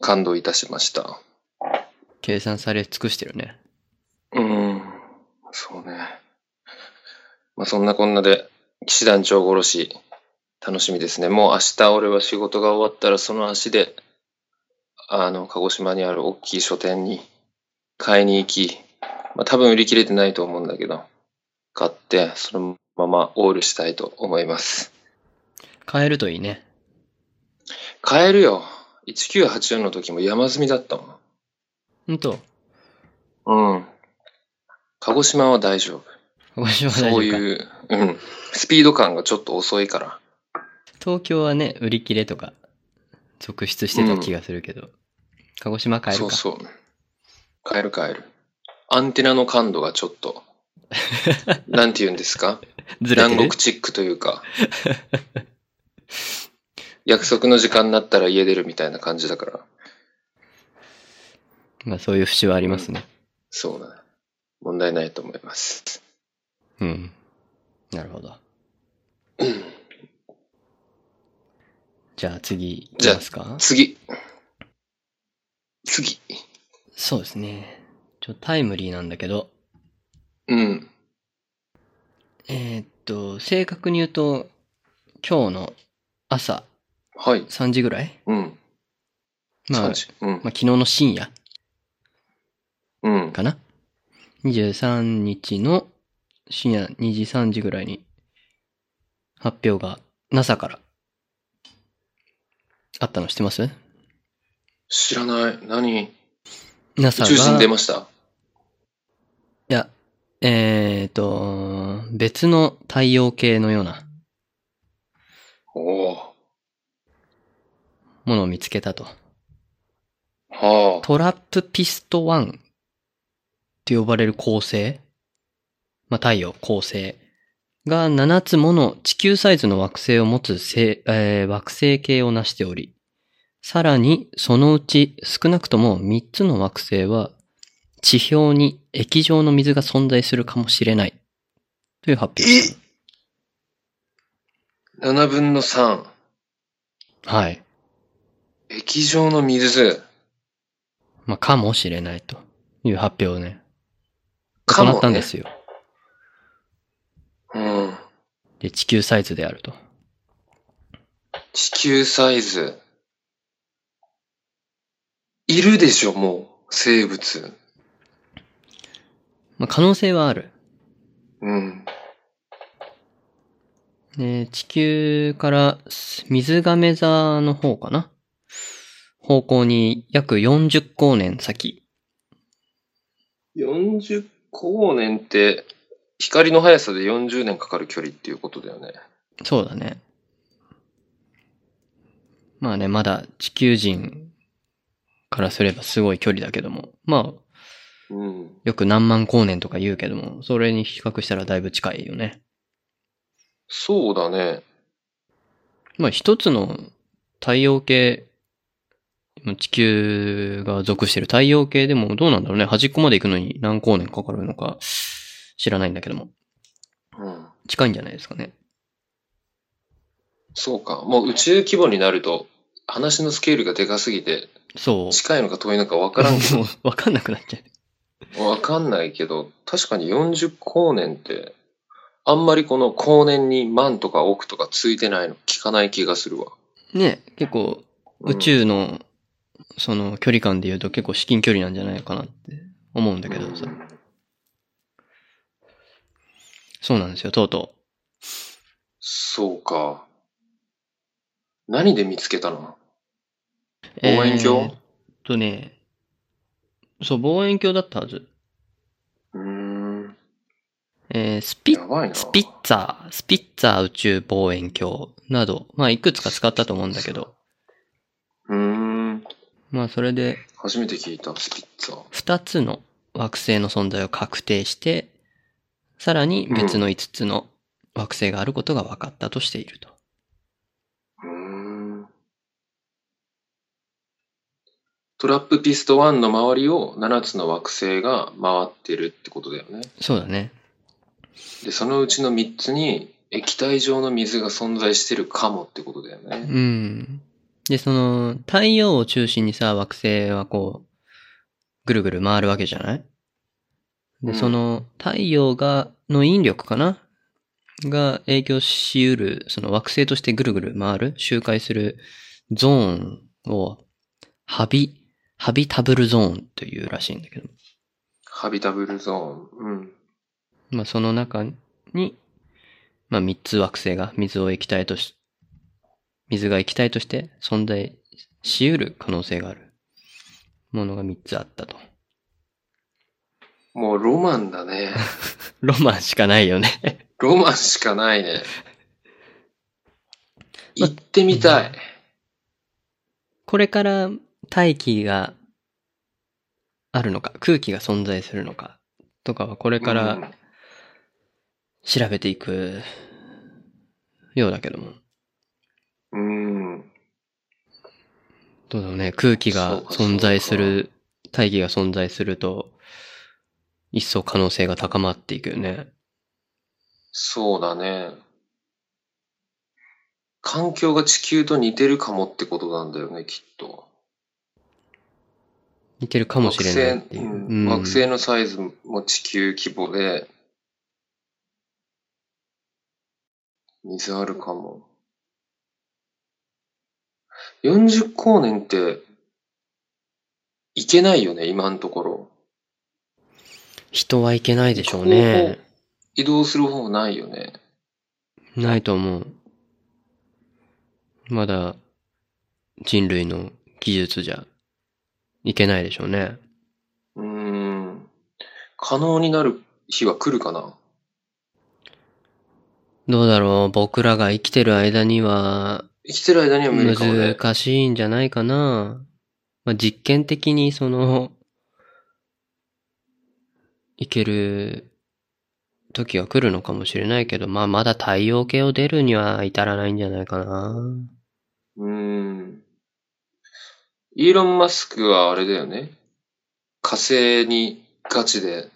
S2: 感動いたしました。
S1: 計算され尽くしてるね。
S2: うん、そうね。まあ、そんなこんなで、騎士団長殺し、楽しみですね。もう明日俺は仕事が終わったら、その足で、あの、鹿児島にある大きい書店に買いに行き、まあ、多分売り切れてないと思うんだけど、買って、そのままオールしたいと思います。
S1: 変えるといいね。
S2: 買えるよ。1984の時も山積みだった
S1: ほんと、
S2: もん。うん。鹿児島は大丈夫。
S1: 鹿児島は大丈夫か
S2: そういう、うん。スピード感がちょっと遅いから。
S1: 東京はね、売り切れとか、続出してた気がするけど。鹿児島帰るか。
S2: そうそう。変える変える。アンテナの感度がちょっ と、なんて言うんですか
S1: ずれて
S2: 南国
S1: る
S2: チックというか。約束の時間になったら家出るみたいな感じだから。
S1: まあそういう節はありますね。
S2: そうだね。問題ないと思います。
S1: ううん。なるほど。じゃあ次、いきますか
S2: 次。次。
S1: そうですね。ちょ、タイムリーなんだけど、
S2: うん。
S1: えーっと、正確に言うと、今日の朝
S2: はい。
S1: 3時ぐらい
S2: うん。
S1: まあ、ま
S2: 三
S1: あ
S2: 時うん。
S1: 昨日の深夜
S2: うん。
S1: かな ?23 日の深夜2時3時ぐらいに発表が NASA からあったの知ってます
S2: 知らない。何
S1: ?NASA
S2: 宇
S1: が。
S2: 宙人出ました
S1: いや、えーと、別の太陽系のような
S2: おお
S1: ものを見つけたと。
S2: はあ。
S1: トラップピスト1って呼ばれる恒星まあ、太陽、恒星が7つもの地球サイズの惑星を持つ星、えー惑星系を成しており、さらにそのうち少なくとも3つの惑星は地表に液状の水が存在するかもしれないという発表でした。
S2: 7分の3。
S1: はい。
S2: 液状の水。
S1: まあ、かもしれないという発表をね、
S2: かも、ね。
S1: 行ったんですよ。
S2: うん。
S1: で、地球サイズであると。
S2: 地球サイズ。いるでしょ、もう。生物。
S1: まあ、可能性はある。
S2: うん。
S1: で、地球から水亀座の方かな方向に約40光年先。
S2: 40光年って、光の速さで40年かかる距離っていうことだよね。
S1: そうだね。まあね、まだ地球人からすればすごい距離だけども。まあ、
S2: うん。
S1: よく何万光年とか言うけども、それに比較したらだいぶ近いよね。
S2: そうだね。
S1: まあ一つの太陽系、地球が属してる太陽系でもどうなんだろうね。端っこまで行くのに何光年かかるのか知らないんだけども。
S2: うん。
S1: 近いんじゃないですかね。
S2: そうか。もう宇宙規模になると、話のスケールがでかすぎて、
S1: そう。
S2: 近いのか遠いのかわからんけ
S1: もうわかんなくなっちゃう。
S2: ど、わかんないけど、確かに40光年って、あんまりこの光年に万とか億とかついてないの聞かない気がするわ。
S1: ね結構
S2: うん
S1: 宇宙のその距離感で言うと結構至近距離なんじゃないかなって思うんだけどさ。そうなんですよ、とうと
S2: そうか。何で見つけたの
S1: う。
S2: 望遠
S1: えー
S2: 鏡
S1: っとね、そう、望遠鏡だったはず。
S2: うーん。
S1: えースピッ
S2: やばいな。
S1: スピッツァー、スピッツァー宇宙望遠鏡など、まあいくつか使ったと思うんだけど、
S2: うーん。
S1: まあそれで
S2: 初めて聞いた、スピッツァ。
S1: 2つの惑星の存在を確定して、さらに別の5つの惑星があることが分かったとしていると。
S2: うーん。トラップピスト1の周りを7つの惑星が回ってるってことだよね。
S1: そうだね。
S2: で、そのうちの3つに液体状の水が存在してるかもってことだよ
S1: う
S2: ね。
S1: ん。で、その、太陽を中心にさ、惑星はこう、ぐるぐる回るわけじゃない
S2: う
S1: で、
S2: ん
S1: その、太陽が、の引力かなが影響しうる、その惑星としてぐるぐる回る、周回するゾーンを、ハビ、ハビタブルゾーンというらしいんだけど。
S2: ハビタブルゾーン。うん。
S1: まあ、その中に、まあ、3つ惑星が水を液体とし、水が液体として存在し得る可能性があるものが3つあったと。
S2: もうロマンだね。
S1: ロマンしかないよね。
S2: ロマンしかないね。行ってみたい。
S1: これから大気があるのか、空気が存在するのか、とかはこれか
S2: うん
S1: ら調べていくようだけども。
S2: うん。
S1: どうだろうね。空気
S2: そ
S1: が
S2: うか
S1: 存在する、大気が存在すると、一層可能性が高まっていくよね。
S2: そうだね。環境が地球と似てるかもってことなんだよね、きっと。
S1: 似てるかもしれないっていう。
S2: 惑星,
S1: う
S2: うん
S1: ん
S2: 惑星のサイズも地球規模で、水あるかも。40光年って、いけないよね、今のところ。
S1: 人はいけないでしょうね。
S2: 移動する方法ないよね。
S1: ないと思う。まだ人類の技術じゃいけないでしょうね。
S2: うーん。可能になる日は来るかな
S1: どうだろう僕らが生きてる間には
S2: 生きてる間には無理かもね。
S1: 難しいんじゃないかな。まあ、実験的にその、いける時が来るのかもしれないけど、まあまだ太陽系を出るには至らないんじゃないかな。
S2: うーん。イーロン・マスクはあれだよね。火星にガチで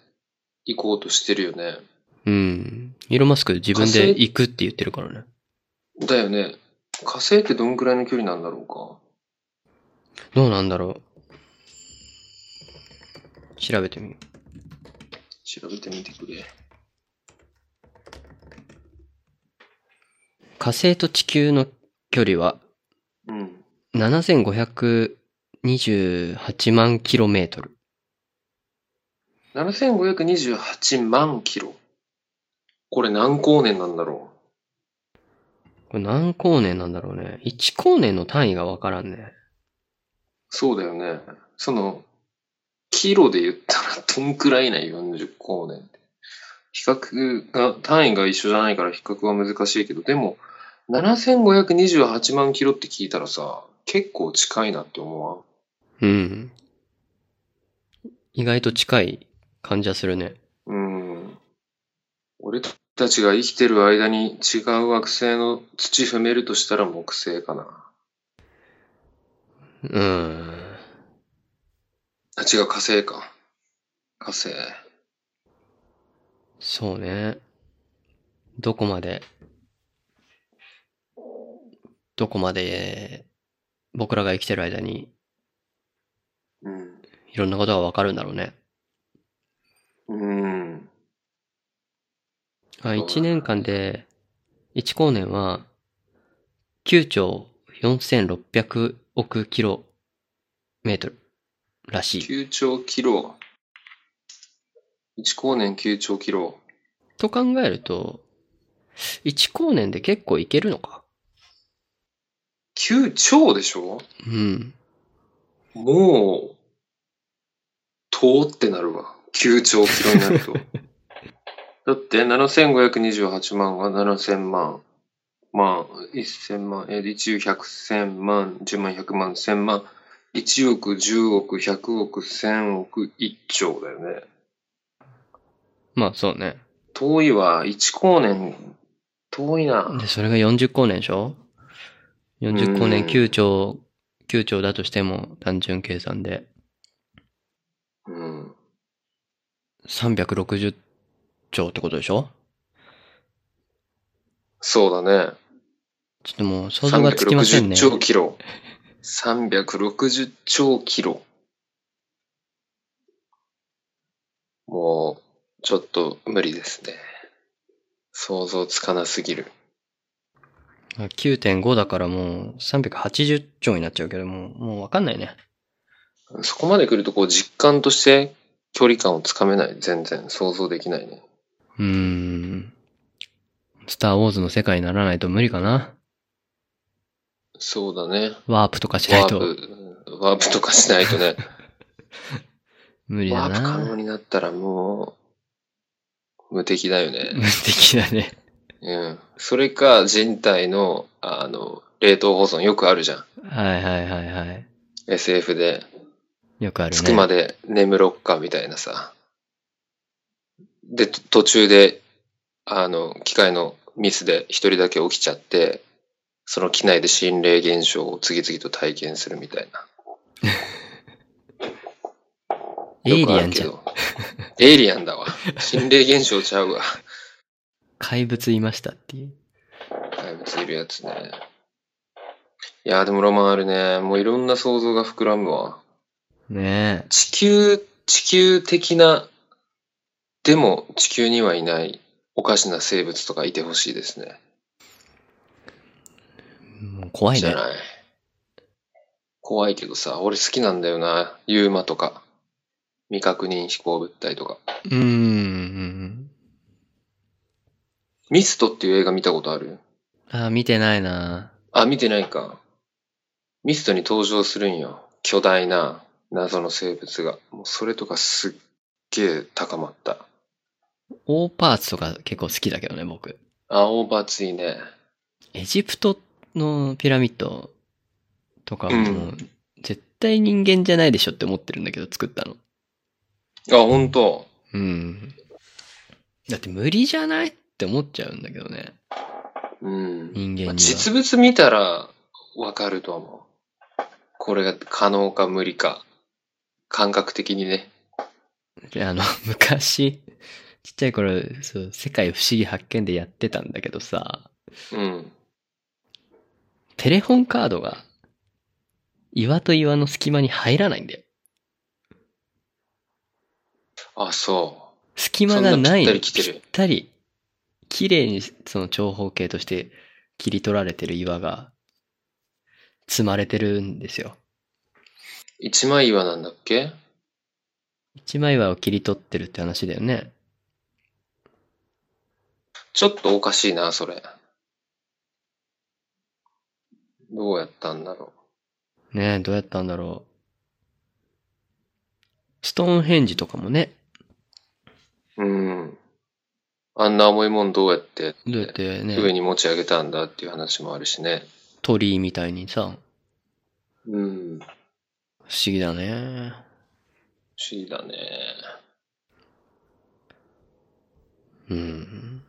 S2: 行こうとしてるよね。
S1: うん。イーロンマスク自分で行くって言ってるからね。
S2: だよね。火星ってどんくらいの距離なんだろう
S1: どうなんだろう。調べてみよ
S2: か。調べてみてくれ。
S1: う。火星と地球の距離は
S2: うん。
S1: 7528万キロメートル。
S2: 7528万キロ。これ何光年なんだろ
S1: これ何光年なんだろうね。1光年の単位がわからんね。
S2: う。そうだよね。その、キロで言ったら どんくらいない40光年って。比較が、単位が一緒じゃないから比較は難しいけど、でも、7528万キロって聞いたらさ、結構近いなって思わん。
S1: うん。意外と近い感じはするね。
S2: うん。俺たちが生きてる間に違う惑星の土踏めるとしたら木星かな。
S1: うん。
S2: あ、違う、火星か。火星。
S1: そうね。どこまで、どこまで僕らが生きてる間に
S2: うん。
S1: いろんなことがわかるんだろうね。
S2: うん。
S1: あ
S2: そうだ
S1: 1年間で、1光年は、9兆4600億キロメートルらしい。
S2: 9兆キロ。1光年9兆キロ。
S1: と考えると、1光年で結構いけるのか
S2: 9兆でしょ
S1: うん。
S2: もう、とーってなるわ。9兆キロになる と。だって、7528万が7000万。まあ、1000万、えー、1億100、1000万、10万、100万、1000万、1億、10億、100億、1000億、1兆だよね。
S1: まあそうね。
S2: 遠いわ、1光年、遠いな
S1: で、。それが40光年でしょ ?40 光年
S2: うん
S1: 9兆、9兆だとしても単純計算で
S2: うん。
S1: 360兆ってことでしょ
S2: そうだね。
S1: ちょっともう想像がつきませんね。
S2: 360兆キロ。360兆キロ。もう、ちょっと無理ですね。想像つかなすぎる。
S1: 9.5だからもう380兆になっちゃうけどもう、もうわかんないね。
S2: そこまで来ると、こう、実感として距離感をつかめない。全然想像できないね。
S1: うーん。スターウォーズの世界にならないと無理かな。
S2: そうだね。
S1: ワープとかしない
S2: ワー
S1: と
S2: プ、ワープとかしないとね。
S1: 無理だ
S2: ワープ可
S1: な
S2: 能。になったらもう、無敵だよね。
S1: 無敵だね。
S2: うん。それか、人体の、あの、冷凍保存よくあるじゃん。
S1: はいはいはいはい。
S2: SF で、
S1: よくあるね。
S2: 着くまで眠ろっかみたいなさ。で、と途中で、あの、機械のミスで一人だけ起きちゃって、その機内で心霊現象を次々と体験するみたいな。
S1: エイリアンじゃん。
S2: よくあるけど。エイリアンだわ。心霊現象ちゃうわ。
S1: 怪物いましたっていう。
S2: 怪物いるやつね。いやーでもロマンあるね。もういろんな想像が膨らむわ。
S1: ねえ。
S2: 地球、地球的な、でも地球にはいないおかしな生物とかいてほしいですね。
S1: もう怖い
S2: じゃ
S1: ね。
S2: ない。怖いけどさ、俺好きなんだよな。ユーマとか、未確認飛行物体とか。
S1: うーん。
S2: ミストっていう映画見たことある
S1: あー、見てないな。
S2: あ、見てないか。ミストに登場するんよ。巨大な謎の生物が。もうそれとかすっげえ高まった。
S1: オーパーツとか結構好きだけどね、僕。
S2: 青バツいね。
S1: エジプトのピラミッドとか
S2: うん
S1: もう、絶対人間じゃないでしょって思ってるんだけど、作ったの。
S2: あ、ほんと。
S1: うん。だって無理じゃないって思っちゃうんだけどね。
S2: うん。
S1: 人間に
S2: まあ
S1: は。
S2: 実物見たらわかると思う。これが可能か無理か。感覚的にね。
S1: であの、 昔、ちっちゃい頃、そう、世界不思議発見でやってたんだけどさ、
S2: うん。
S1: テレホンカードが、岩と岩の隙間に入らないんだよ。
S2: あ、そ
S1: 隙間がないの
S2: そんなぴったり来てる
S1: ぴったり綺麗に、その長方形として切り取られてる岩が、積まれてるんですよ。
S2: う。一枚岩なんだっけ
S1: 一枚岩を切り取ってるって話だよね。
S2: ちょっとおかしいな、それ。どうやったんだろ
S1: ねえ、どうやったんだろう。ストーンヘンジとかもね、
S2: う。うん。あんな重いもんどうやって
S1: どうやってね、
S2: 上に持ち上げたんだっていう話もあるしね。
S1: 鳥居みたいにさ、
S2: うん。不
S1: 不
S2: 思
S1: 思議だね。
S2: 議だね。
S1: うん。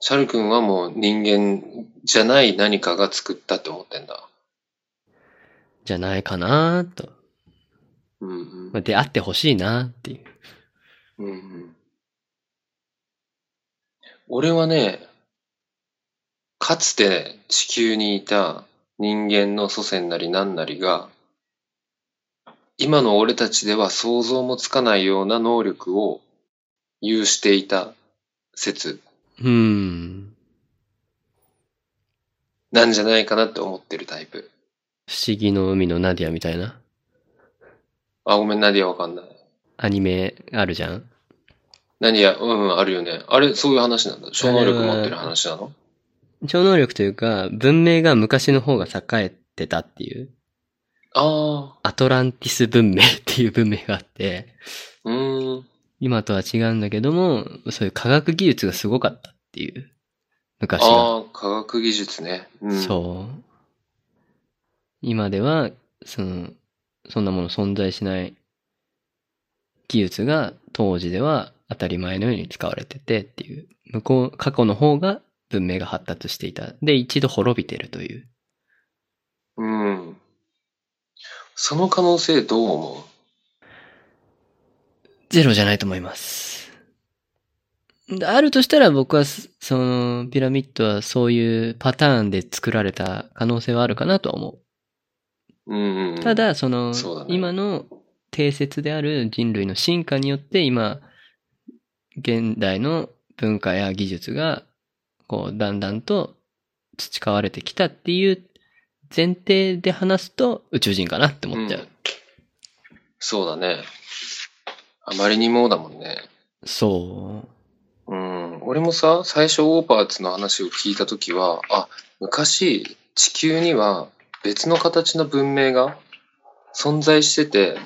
S2: シャル君はもう人間じゃない何かが作ったって思ってんだ。
S1: じゃないかなと。
S2: うんうん
S1: まあ出会ってほしいなっていう。
S2: うんうん俺はね、かつて地球にいた人間の祖先なり何なりが、今の俺たちでは想像もつかないような能力を有していた説
S1: うん。
S2: なんじゃないかなって思ってるタイプ。
S1: 不思議の海のナディアみたいな。
S2: あ、ごめん、ナディアわかんない。
S1: アニメあるじゃん
S2: ナディア、うん、うん、あるよね。あれ、そういう話なんだ。超能力持ってる話なの
S1: 超能力というか、文明が昔の方が栄えてたっていう、
S2: ああ
S1: アトランティス文明っていう文明があって、
S2: ー、うーん。
S1: 今とは違うんだけども、そういう科学技術がすごかったっていう、昔が。
S2: ああ、科学技術ね。うん、
S1: そう。今では、その、そんなもの存在しない技術が当時では当たり前のように使われててっていう、向こう、過去の方が文明が発達していた。で、一度滅びてるという。
S2: うん。その可能性どう思
S1: ゼロじゃないと思います。であるとしたら僕はす、その、ピラミッドはそういうパターンで作られた可能性はあるかなとは思う。
S2: ううんうん。
S1: た、だ、その、
S2: そうだね
S1: 今の定説である人類の進化によって、今、現代の文化や技術が、こう、だんだんと培われてきたっていう前提で話すと、宇宙人かなって
S2: う
S1: 思っ
S2: ん
S1: ちゃう。、
S2: そうだね。あまりにもだもんね。
S1: そ
S2: うん。俺もさ、最初オーパーツの話を聞いたときは、あ、昔地球には別の形の文明が存在してて、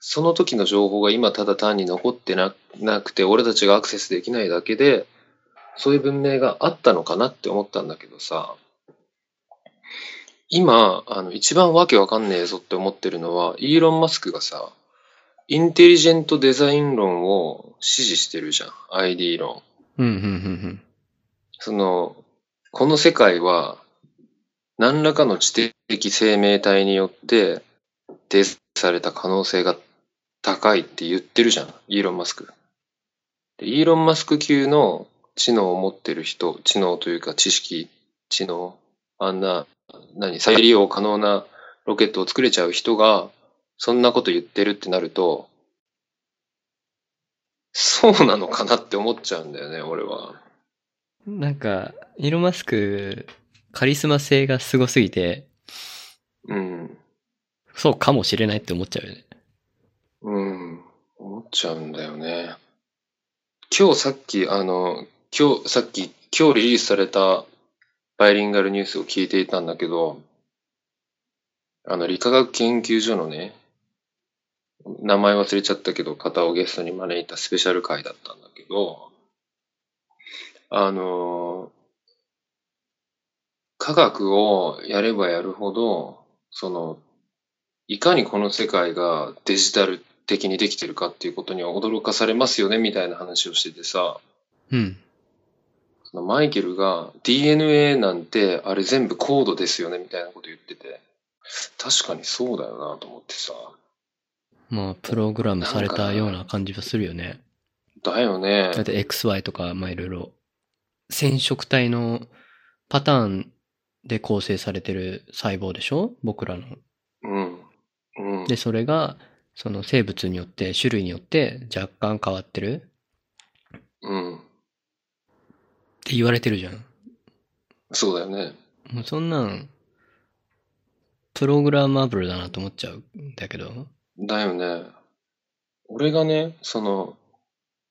S2: その時の情報が今ただ単に残ってななくて、俺たちがアクセスできないだけで、そういう文明があったのかなって思ったんだけどさ、今、あの、一番わけわかんねえぞって思ってるのは、イーロン・マスクがさ、インテリジェントデザイン論を支持してるじゃん。ID 論。
S1: う。うん、うん、うん、
S2: その、この世界は、何らかの知的生命体によって、デザインされた可能性が高いって言ってるじゃん、イーロン・マスク。でイーロン・マスク級の知能を持ってる人、知能というか知識、知能、あんな、何、再利用可能なロケットを作れちゃう人が、そんなこと言ってるってなると、そうなのかなって思っちゃうんだよね、俺は。
S1: なんか、イーロンマスク、カリスマ性がすごすぎて、
S2: うん。
S1: そうかもしれないって思っちゃうよね。
S2: うん。思っちゃうんだよね。今日さっき、あの、今日、さっき、今日リリースされたバイリンガルニュースを聞いていたんだけど、あの、理化学研究所のね、名前忘れちゃったけど、方をゲストに招いたスペシャル回だったんだけど、あの、科学をやればやるほど、その、いかにこの世界がデジタル的にできてるかっていうことには驚かされますよねみたいな話をしててさ、
S1: うん。
S2: そのマイケルが DNA なんてあれ全部コードですよねみたいなこと言ってて、確かにそうだよなと思ってさ。
S1: まあ、プログラムされたような感じがするよね。
S2: だよね。
S1: だって XY とか、まあいろいろ、染色体のパターンで構成されてる細胞でしょ僕らの。
S2: うん。うん。
S1: で、それが、その生物によって、種類によって若干変わってる
S2: うん。
S1: って言われてるじゃん。
S2: そうだよね。
S1: もうそんなん、プログラマブルだなと思っちゃうんだけど。
S2: だよね。俺がね、その、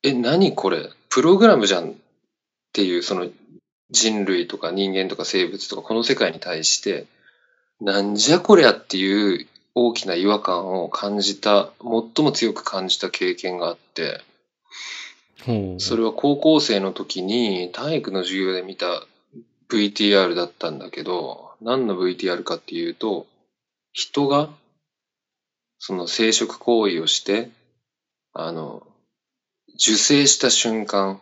S2: え、何これプログラムじゃんっていう、その人類とか人間とか生物とかこの世界に対して、なんじゃこりゃっていう大きな違和感を感じた、最も強く感じた経験があって、
S1: ほう。
S2: それは高校生の時に体育の授業で見た VTR だったんだけど、何の VTR かっていうと、人が、その生殖行為をして、あの、受精した瞬間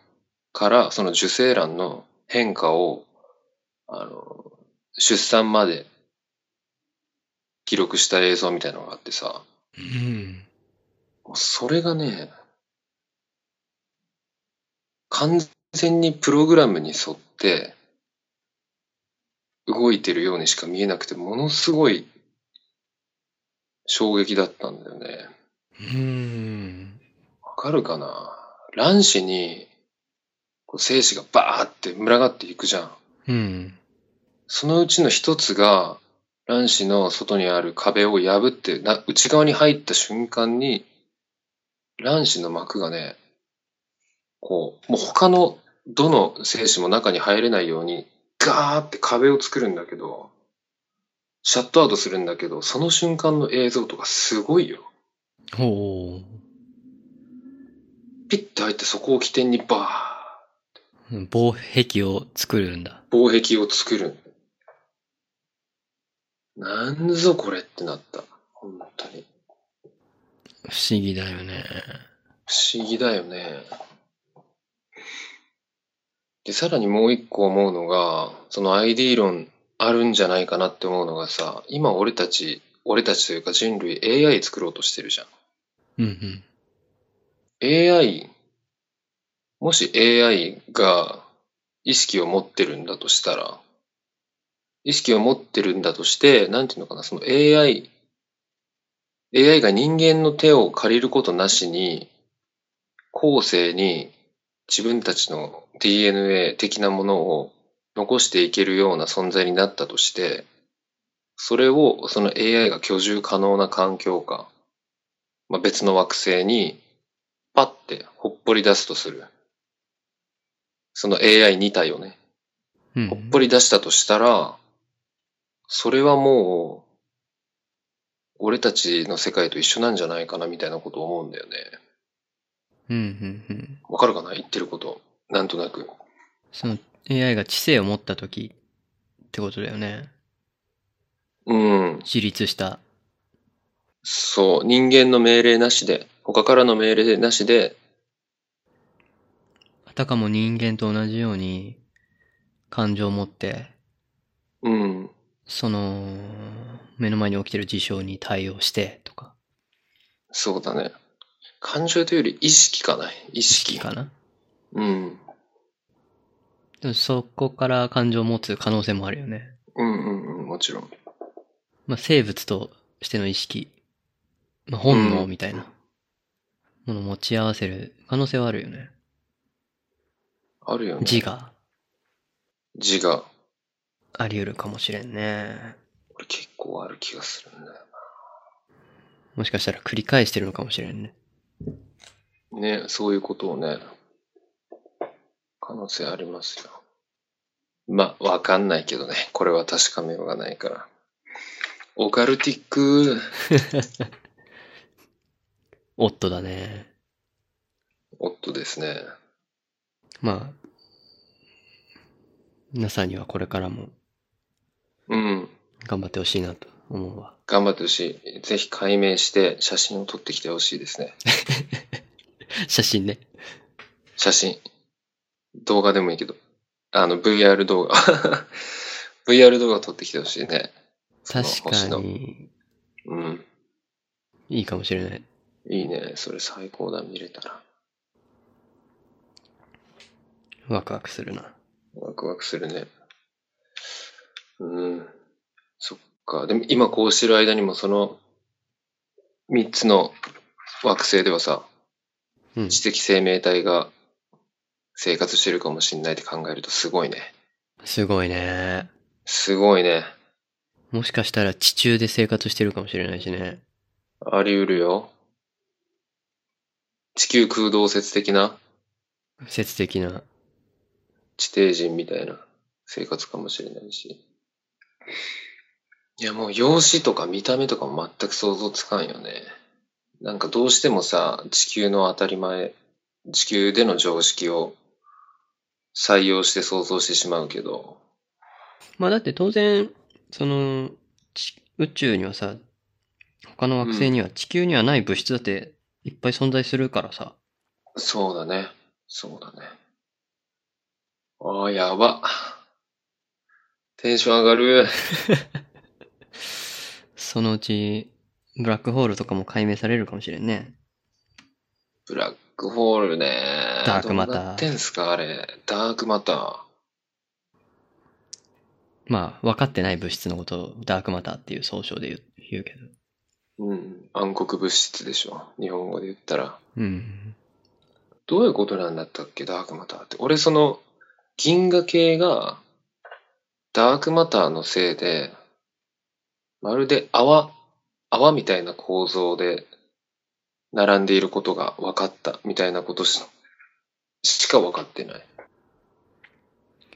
S2: から、その受精卵の変化を、あの、出産まで記録した映像みたいなのがあってさ、
S1: うん。
S2: もうそれがね、完全にプログラムに沿って動いてるようにしか見えなくて、ものすごい衝撃だったんだよね。
S1: うん。
S2: わかるかな卵子にこう精子がバーって群がっていくじゃん。
S1: うん。
S2: そのうちの一つが、卵子の外にある壁を破って、な内側に入った瞬間に、卵子の膜がね、こう、もう他のどの精子も中に入れないように、ガーって壁を作るんだけど、シャットアウトするんだけど、その瞬間の映像とかすごいよ。
S1: ほ
S2: ピッて入ってそこを起点にバーッ
S1: う。防壁を作るんだ。
S2: 防壁を作る。なんぞこれってなった。本当に。
S1: 不思議だよね。
S2: 不思議だよね。で、さらにもう一個思うのが、その ID 論あるんじゃないかなって思うのがさ、今俺たち、俺たちというか人類 AI 作ろうとしてるじゃん。
S1: うん
S2: AI、もし AI が意識を持ってるんだとしたら、意識を持ってるんだとして、なんていうのかな、その AI、AI が人間の手を借りることなしに、後世に自分たちの DNA 的なものを残していけるような存在になったとして、それをその AI が居住可能な環境か、まあ、別の惑星にパッてほっぽり出すとする。その AI2 体をね、
S1: うん。
S2: ほっぽり出したとしたら、それはもう、俺たちの世界と一緒なんじゃないかなみたいなことを思うんだよね。
S1: うんうんうん。
S2: わかるかな言ってること。なんとなく。
S1: その AI が知性を持った時ってことだよね。
S2: うん。
S1: 自立した。
S2: そう。人間の命令なしで、他からの命令なしで、
S1: あたかも人間と同じように感情を持って、
S2: うん。
S1: その、目の前に起きてる事象に対応してとか、
S2: そうだね。感情というより意識かな。意
S1: 意
S2: 識。
S1: 識かな
S2: うん。
S1: でもそこから感情を持つ可能性もあるよね。
S2: うんうんうん、もちろん。
S1: まあ、生物としての意識、まあ、本能みたいなものを持ち合わせる可能性はあるよね。
S2: あるよね。
S1: 自我、
S2: 字が。
S1: あり得るかもしれんね。
S2: 俺結構ある気がするんだよ
S1: もしかしたら繰り返してるのかもしれんね。
S2: な。ね、そういうことをね。可能性ありますよ。まあ、わかんないけどね。これは確かめようがないから。オカルティック。
S1: オットだね。
S2: 夫ですね。
S1: まあ、皆さんにはこれからも
S2: うん。
S1: 頑張ってほしいなと思うわ。
S2: 頑張ってほしい。ぜひ解明して写真を撮ってきてほしいですね。
S1: 写真ね。
S2: 写真。動画でもいいけど。あの、VR 動画。VR 動画撮ってきてほしいね。その
S1: 確
S2: 星
S1: か
S2: の。
S1: に、
S2: うん。
S1: いいかもしれない。
S2: いいね。それ最高だ。見れたら。
S1: ワクワクするな。
S2: ワクワクするね。うん。そっか。でも今こうしてる間にもその3つの惑星ではさ、
S1: うん。
S2: 知的生命体が生活してるかもしんないって考えるとすごいね。
S1: すごいね。
S2: すごいね。
S1: もしかしたら地中で生活してるかもしれないしね。
S2: あり得るよ。地球空洞説的な
S1: 説的な。
S2: 地底人みたいな生活かもしれないし。いやもう容姿とか見た目とかも全く想像つかんよね。なんかどうしてもさ、地球の当たり前、地球での常識を採用して想像してしまうけど。
S1: まあだって当然、その、ち宇宙にはさ、他の惑星には地球にはない物質だっていっぱい存在するからさ。
S2: そうだね。そうだね。ああ、やば。テンション上がる。
S1: そのうち、ブラックホールとかも解明されるかもしれんね。
S2: ブラックホールね。
S1: ダークマター
S2: どうなってんすかあれ。ダークマター。
S1: まあ、分かってない物質のことをダークマターっていう総称で言う言うけど。
S2: うん。暗黒物質でしょ。日本語で言ったら。
S1: うん。
S2: どういうことなんだったっけダークマターって。俺、その、銀河系が、ダークマターのせいで、まるで泡、泡みたいな構造で、並んでいることが分かった、みたいなことししか分かってな
S1: い
S2: い。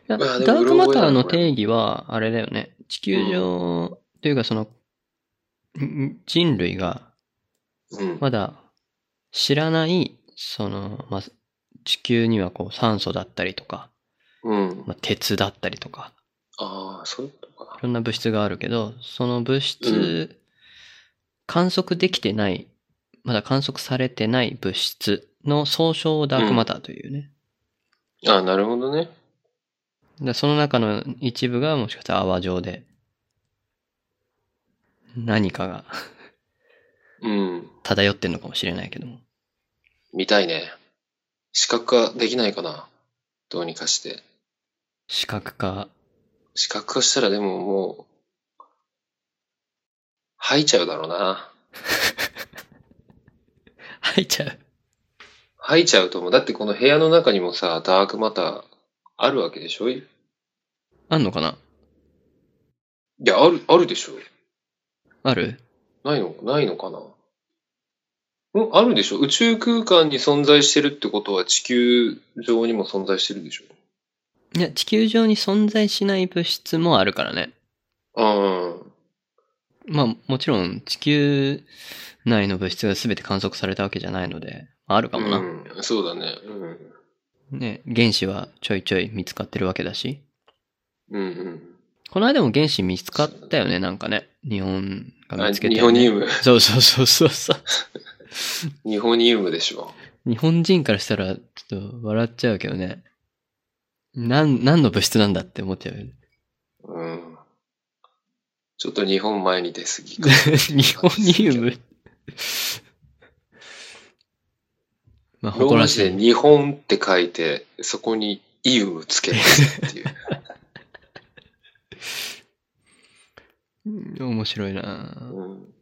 S1: や
S2: うわでも
S1: ダークマターの
S2: うろ覚えだなこれ
S1: 定義は、あれだよね。地球上、というかその、ん人類が
S2: うん。
S1: まだ知らない、その、まあ、地球にはこう酸素だったりとか、
S2: うん。
S1: まあ、鉄だったりとか、
S2: ああ、そういうことか。
S1: いろんな物質があるけど、その物質、観測できてない、まだ観測されてない物質の総称をダークマターというね。
S2: ああ、なるほどね。
S1: でその中の一部がもしかしたら泡状で、何かが
S2: うん。
S1: 漂ってんのかもしれないけども。
S2: 見たいね。視覚化できないかなどうにかして。
S1: 視覚化。
S2: 視覚化したらでももう、吐いちゃうだろうな。
S1: 入っちゃう。
S2: 吐いちゃうと思う。だってこの部屋の中にもさ、ダークマターあるわけでしょい
S1: あんのかな
S2: や、ある、あるでしょ
S1: ある
S2: ないのないのかなうん、あるでしょ宇宙空間に存在してるってことは地球上にも存在してるでしょ
S1: いや、地球上に存在しない物質もあるからね。
S2: うん。
S1: まあ、もちろん地球内の物質が全て観測されたわけじゃないので、あるかもな。
S2: うん、そうだね。うん。
S1: ね、原子はちょいちょい見つかってるわけだし。
S2: うんうん。
S1: この間も原子見つかったよね、なんかね。日本が
S2: あ
S1: 見つけて、
S2: ニホニウム。
S1: そうそうそうそうそう。
S2: ニホニウムでしょ。
S1: 日本人からしたら、ちょっと笑っちゃうけどね。なん、何の物質なんだって思っちゃうよね。
S2: うん。ちょっと日本前に出すぎか。
S1: 日本ニウム。まあ、
S2: ロー
S1: 誇
S2: マ
S1: らし
S2: 字で
S1: い。
S2: 日本って書いて、そこにイウムつけますっていう。
S1: うん面白いな
S2: うん、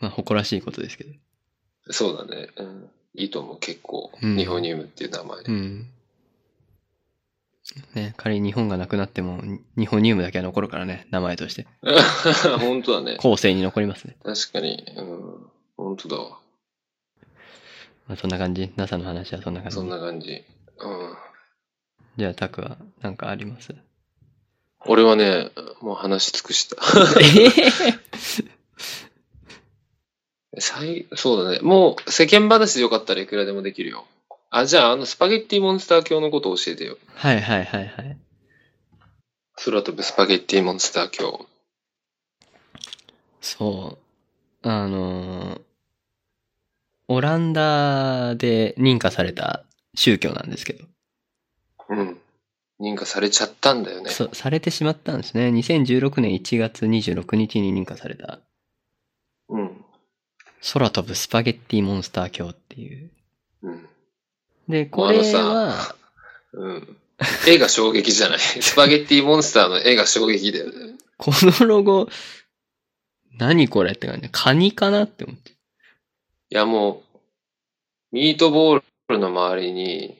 S1: まあ、誇らしいことですけど。
S2: そうだね、うん。いいと思う、結構。
S1: うん
S2: ニホニウムっていう名前。
S1: うん。ね、仮に日本がなくなっても、に日本ニウムだけは残るからね、名前として。
S2: 本当だ ね。
S1: 後世に残りますね。
S2: 確かに。うん、本当だわ。
S1: まあ、そんな感じ。NASA の話はそんな感じ。
S2: そんな感じ。うん、
S1: じゃあ、タクはなんかあり ます
S2: 俺はね、もう話し尽くした。最そうだね。もう世間話でよかったらいくらでもできるよ。あ、じゃあ、あの、スパゲッティモンスター教のこと教えてよ。
S1: はいはいはいはい。
S2: 空飛ぶスパゲッティモンスター教。
S1: そう。あのーオランダで認可された宗教なんですけど、
S2: うん。認可されちゃったんだよね。
S1: そされてしまったんですね。2016年1月26日に認可された、
S2: うん。
S1: 空飛ぶスパゲッティモンスター教っていう。
S2: うん。
S1: で、
S2: もう
S1: こ
S2: あ
S1: れ
S2: のさ
S1: は、
S2: うん。絵が衝撃じゃない。スパゲッティモンスターの絵が衝撃だよね。
S1: このロゴ、何これって感じ。カニかなって思って。
S2: いや、もう、ミートボールの周りに、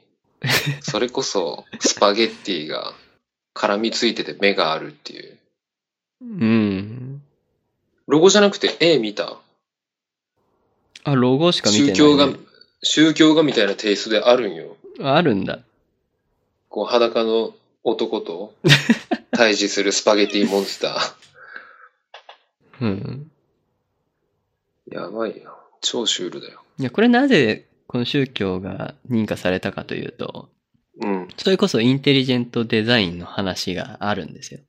S2: それこそスパゲッティが絡みついてて目があるっていう。
S1: うん。
S2: ロゴじゃなくて絵見た
S1: あ、ロゴしか見てない、ね。
S2: 宗教画、宗教画みたいなテイストであるんよ。
S1: あるんだ。
S2: こう裸の 男と対峙するスパゲッティモンスタ
S1: うん。
S2: ー。やばいよ。超シュールだよ。
S1: いや、これなぜこの宗教が認可されたかというと、
S2: うん。
S1: それこそインテリジェントデザインの話があるんですよ。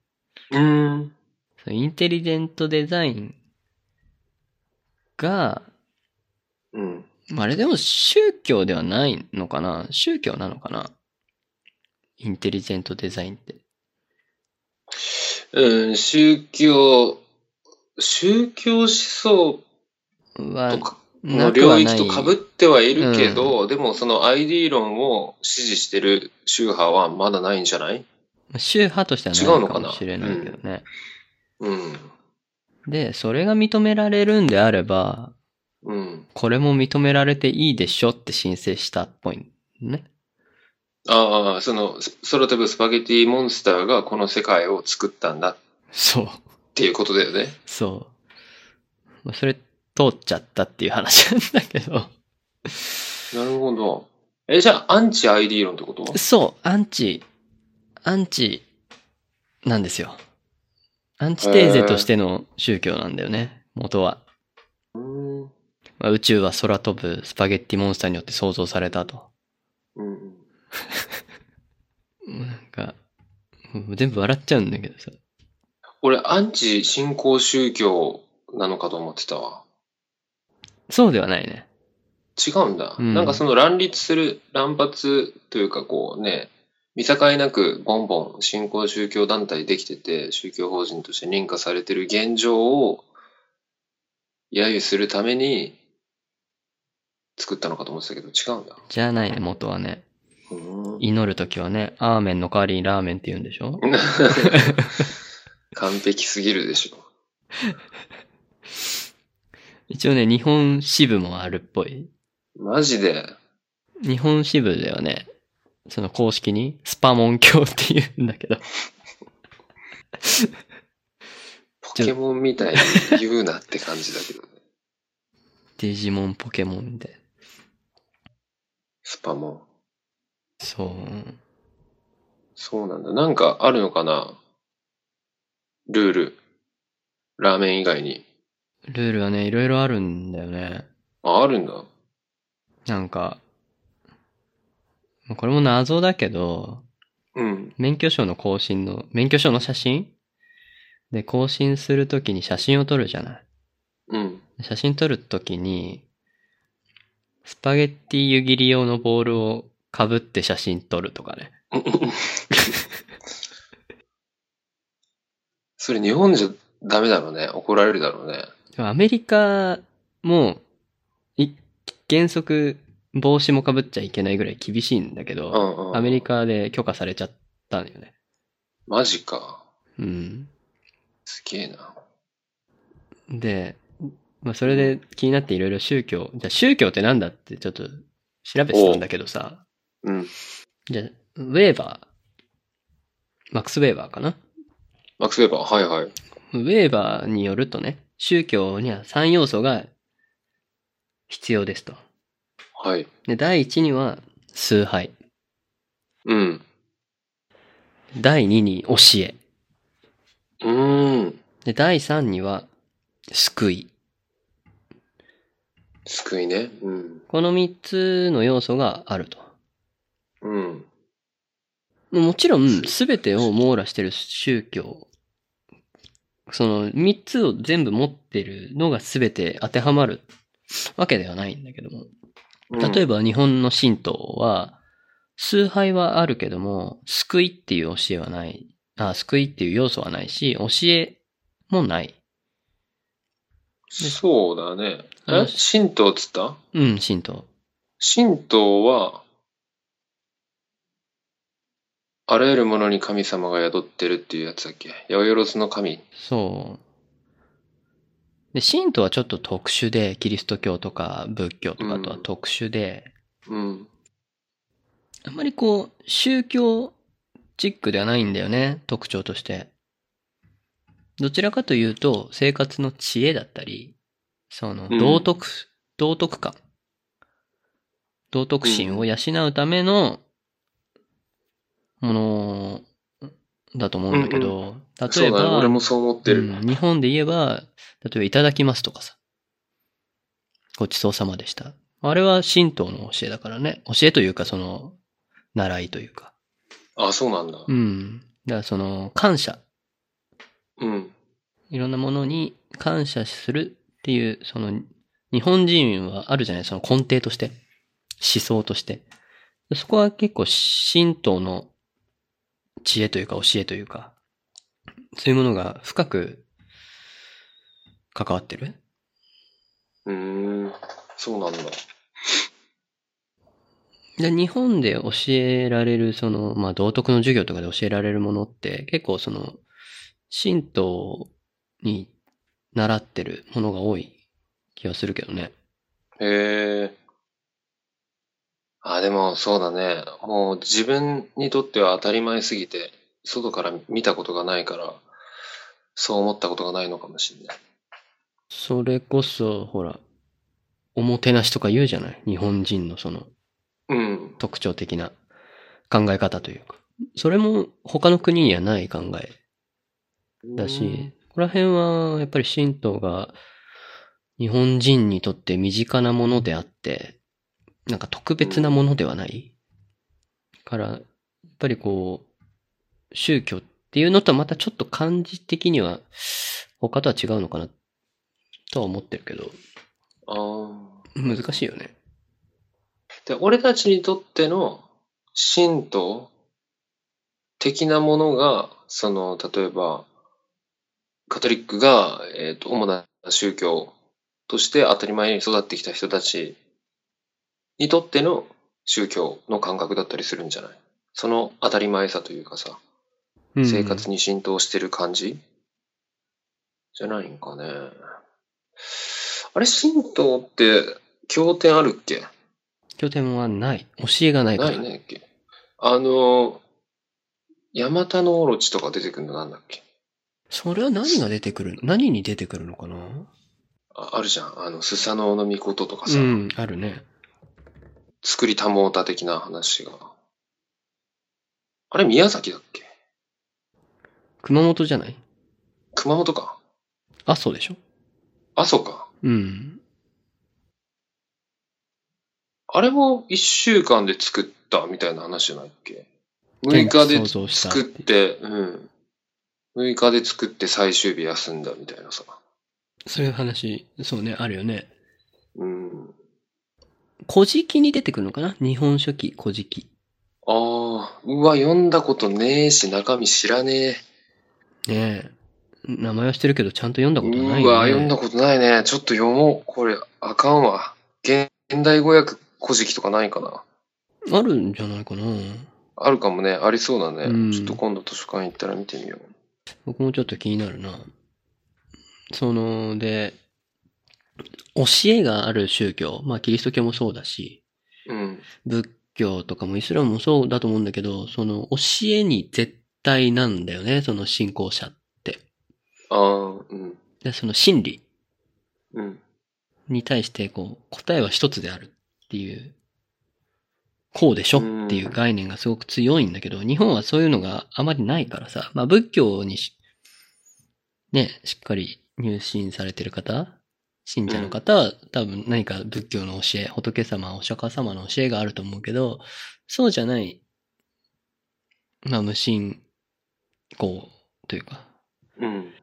S2: うん。
S1: そのインテリジェントデザインが、
S2: うん。
S1: まああれでも宗教ではないのかな宗教なのかなインテリジェントデザインって。
S2: うん、宗教、宗教思想
S1: は
S2: と、か
S1: な
S2: の
S1: くは
S2: 領
S1: な
S2: 域
S1: い
S2: と被ってはいるけど、でもその ID 論を支持してる宗派はまだないんじゃない
S1: 宗派としてはない
S2: 違うの
S1: か
S2: かな
S1: もしれないけどね。
S2: うん。
S1: で、それが認められるんであれば、
S2: うん。
S1: これも認められていいでしょって申請したっぽいね。
S2: ああ、その、ス空飛ぶスパゲティモンスターがこの世界を作ったんだっ
S1: そう。
S2: ていうことだよね。
S1: そう。まあそれ、通っちゃったっていう話なんだけど。
S2: なるほど。え、じゃあ、アンチ ID 論ってこと
S1: そう、アンチ、アンチ、なんですよ。アンチテーゼとしての宗教なんだよね、元は。
S2: うん。うん
S1: まあ宇宙は空飛ぶスパゲッティモンスターによって創造されたと。
S2: うん。
S1: なんか、うん全部笑っちゃうんだけどさ。
S2: 俺、アンチ信仰宗教なのかと思ってたわ。
S1: そうではないね。
S2: 違うんだ。
S1: うん
S2: なんかその乱立する、乱発というかこうね、見境なくボンボン新興宗教団体できてて、宗教法人として認可されてる現状を揶揄するために作ったのかと思ってたけど、違うんだ。
S1: じゃないね、元はね。
S2: うーん
S1: 祈るときはね、アーメンの代わりにラーメンって言うんでしょ
S2: 完璧すぎるでしょ。
S1: 一応ね、日本支部もあるっぽい。
S2: マジで。
S1: 日本支部ではね、その公式にスパモン教って言うんだけど、
S2: ポケモンみたいに言うなって感じだけど ね。
S1: デジモン、ポケモンみたいな。
S2: スパも。
S1: そう。
S2: そうなんだ。なんかあるのかなルール。ラーメン以外に。
S1: ルールはね、いろいろあるんだよね。
S2: あ、あるんだ。
S1: なんか、これも謎だけど、
S2: うん。
S1: 免許証の更新の、免許証の写真で、更新するときに写真を撮るじゃない。
S2: うん。
S1: 写真撮るときに、スパゲッティ湯切り用のボールを被って写真撮るとかね。
S2: それ日本じゃダメだろうね。怒られるだろうね。
S1: でもアメリカも、い、原則、帽子もかぶっちゃいけないぐらい厳しいんだけ
S2: う
S1: ど、
S2: んうん。
S1: アメリカで許可されちゃったんだよね。
S2: マジか。
S1: うん。
S2: すげえな。
S1: で、まあ、それで気になっていろいろ宗教、じゃあ宗教ってなんだってちょっと調べてたんだけどさ、
S2: うん。
S1: じゃあウェーバー、マックス・ウェーバーかな
S2: マックス・ウェーバー、はいはい。
S1: ウェーバーによるとね、宗教には3要素が必要ですと。
S2: はい。
S1: で、第1には崇拝。
S2: うん。
S1: 第2に教え。
S2: うーん。
S1: で、第3には救い。
S2: 救いね。うん。
S1: この3つの要素があると。
S2: うん。
S1: もちろん、すべてを網羅してる宗教、その三つを全部持ってるのがすべて当てはまるわけではないんだけども。例え
S2: ば。
S1: ば日本の神道は、崇拝はあるけども、救いっていう教えはない。あ、救いっていう要素はないし、教えもない。
S2: そうだね。
S1: う
S2: え
S1: ん
S2: 神道っつった
S1: うん、神道。
S2: 神道は、あらゆるものに神様が宿ってるっていうやつだっけ八百万の神。
S1: そう。で、神道はちょっと特殊で、キリスト教とか仏教とかとは特殊で、
S2: うん。
S1: あんまりこう、宗教チックではないんだよね、特徴として。どちらかというと、生活の知恵だったり、その
S2: う、ん
S1: 道徳、道徳感。道徳心を養うための、ものだと思うんだけど、
S2: そ
S1: 例え
S2: うだね。
S1: ば、
S2: 俺もそう思ってる。
S1: うん日本で言えば、例えばいただきますとかさ。ごちそうさまでした。あれは神道の教えだからね。教えというか、その、習いというか。
S2: あ、そうなんだ。
S1: うん。だからその、感謝。
S2: うん。
S1: いろんなものに感謝するっていう、その、日本人はあるじゃないその根底として。思想として。そこは結構神道の知恵というか教えというか、そういうものが深く関わってる
S2: うーん。そうなんだ。
S1: で日本で教えられる、その、まあ、道徳の授業とかで教えられるものって、結構その、神道に習ってるものが多い気がするけどね。
S2: へえ。あ、でもそうだね。もう自分にとっては当たり前すぎて、外から見たことがないから、そう思ったことがないのかもしれない。
S1: それこそ、ほら、おもてなしとか言うじゃない日本人のその
S2: うん。
S1: 特徴的な考え方というか。それも他の国にはない考えだし、ここら辺はやっぱり神道が日本人にとって身近なものであって、なんか特別なものではない。から、やっぱりこう、宗教っていうのとはまたちょっと感じ的には他とは違うのかなとは思ってるけど、
S2: あー
S1: 難しいよね。
S2: で、俺たちにとっての神道的なものが、その、例えば、カトリックが、えっ、と、主な宗教として当たり前に育ってきた人たちにとっての宗教の感覚だったりするんじゃないその当たり前さというかさ、
S1: うん
S2: 生活に浸透してる感じ、じゃないんかね。あれ、神道って経典あるっけ
S1: 拠点はない。教えがないか
S2: な
S1: ら。
S2: いねっけ。あの、ヤマタノオロチとか出てくるのなんだっけ
S1: それは何が出てくるの何に出てくるのかな
S2: ああるじゃん。あの、スサノオノミコトとか
S1: う
S2: さ、
S1: ん、あるね。
S2: 作りたもうた的な話が。あれ、宮崎だっけ
S1: 熊本じゃない
S2: 熊本か。
S1: あ、そうでしょ
S2: 阿蘇か。
S1: うん。
S2: あれも一週間で作ったみたいな話じゃないっけ ?6 日で
S1: 想像した
S2: 作って、うん。6日で作って最終日休んだみたいなさ。
S1: そういう話、そうね、あるよね。
S2: うん。
S1: 古事記に出てくるのかな日本書紀、古事記。
S2: ああ、うわ、読んだことねえし、中身知らねえ。
S1: ねえ。名前はしてるけど、ちゃんと読んだことない、ね。
S2: うわ、読んだことないね。ちょっと読もう。これ、あかんわ。現現代語訳古事記とかないかな。
S1: あるんじゃないかな。
S2: あるかもね、ありそうだね。
S1: うん
S2: ちょっと今度図書館行ったら見てみよう。
S1: 僕もちょっと気になるな。その、で、教えがある宗教、まあキリスト教もそうだし、
S2: うん。
S1: 仏教とかもイスラムもそうだと思うんだけど、その教えに絶対なんだよね、その信仰者って。
S2: ああ、うん。
S1: で、その真理
S2: うん。
S1: に対して、こう、答えは一つであるっていう、こうでしょ
S2: うん
S1: っていう概念がすごく強いんだけど、日本はそういうのがあまりないからさ、まあ仏教にし、ね、しっかり入信されてる方、信者の方は、多分何か仏教の教え、仏様、お釈迦様の教えがあると思うけど、そうじゃない、まあ無信仰というか、
S2: うん。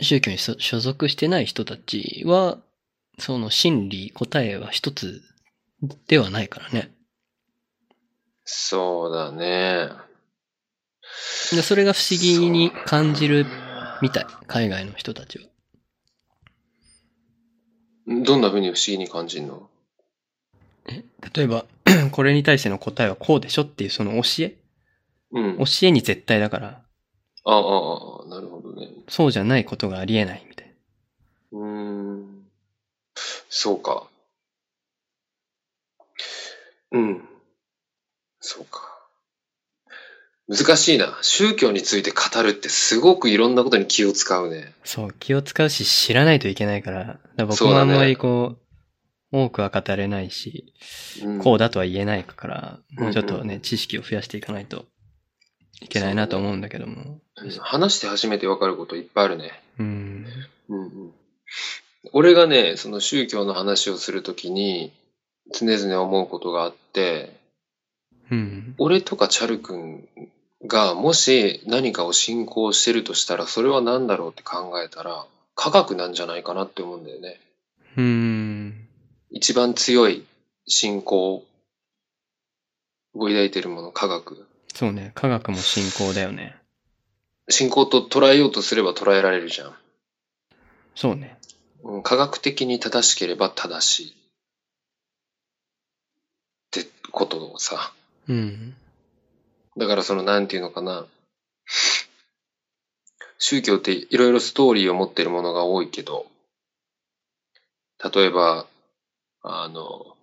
S1: 宗教に所所属してない人たちは、その真理、答えは一つではないからね。
S2: そうだね。
S1: でそれが不思議に感じるみたい。海外の人たちは。
S2: どんな風に不思議に感じるの
S1: 例えば、 これに対しての答えはこうでしょっていうその教え
S2: うん。
S1: 教えに絶対だから、
S2: ああ、ああ、なるほどね。
S1: そうじゃないことがありえないみたい。
S2: うーん。そうか。うん。そうか。難しいな。宗教について語るってすごくいろんなことに気を使うね。
S1: そう、気を使うし知らないといけないから、だから僕
S2: そう
S1: もあ
S2: だ
S1: ん
S2: ね
S1: まりこう、多くは語れないし、
S2: うん、
S1: こうだとは言えないから、もうちょっ
S2: う
S1: と
S2: んう
S1: ね、知識を増やしていかないといけないなと思うんだけども。
S2: うん話して初めてわかることいっぱいあるね。
S1: うん。
S2: うんうん、俺がね、その宗教の話をするときに常々思うことがあって、
S1: うん。
S2: 俺とかチャル君がもし何かを信仰してるとしたらそれは何だろうって考えたら科学なんじゃないかなって思うんだよね。
S1: うん。
S2: 一番強い信仰を抱いているもの、科学。
S1: そうね、科学も信仰だよね。
S2: 信仰と捉えようとすれば捉えられるじゃん。
S1: そうね。
S2: うん科学的に正しければ正しい。ってことをさ。
S1: うん。
S2: だからその、なんていうのかな。宗教っていろいろストーリーを持ってるものが多いけど、例えば、あの、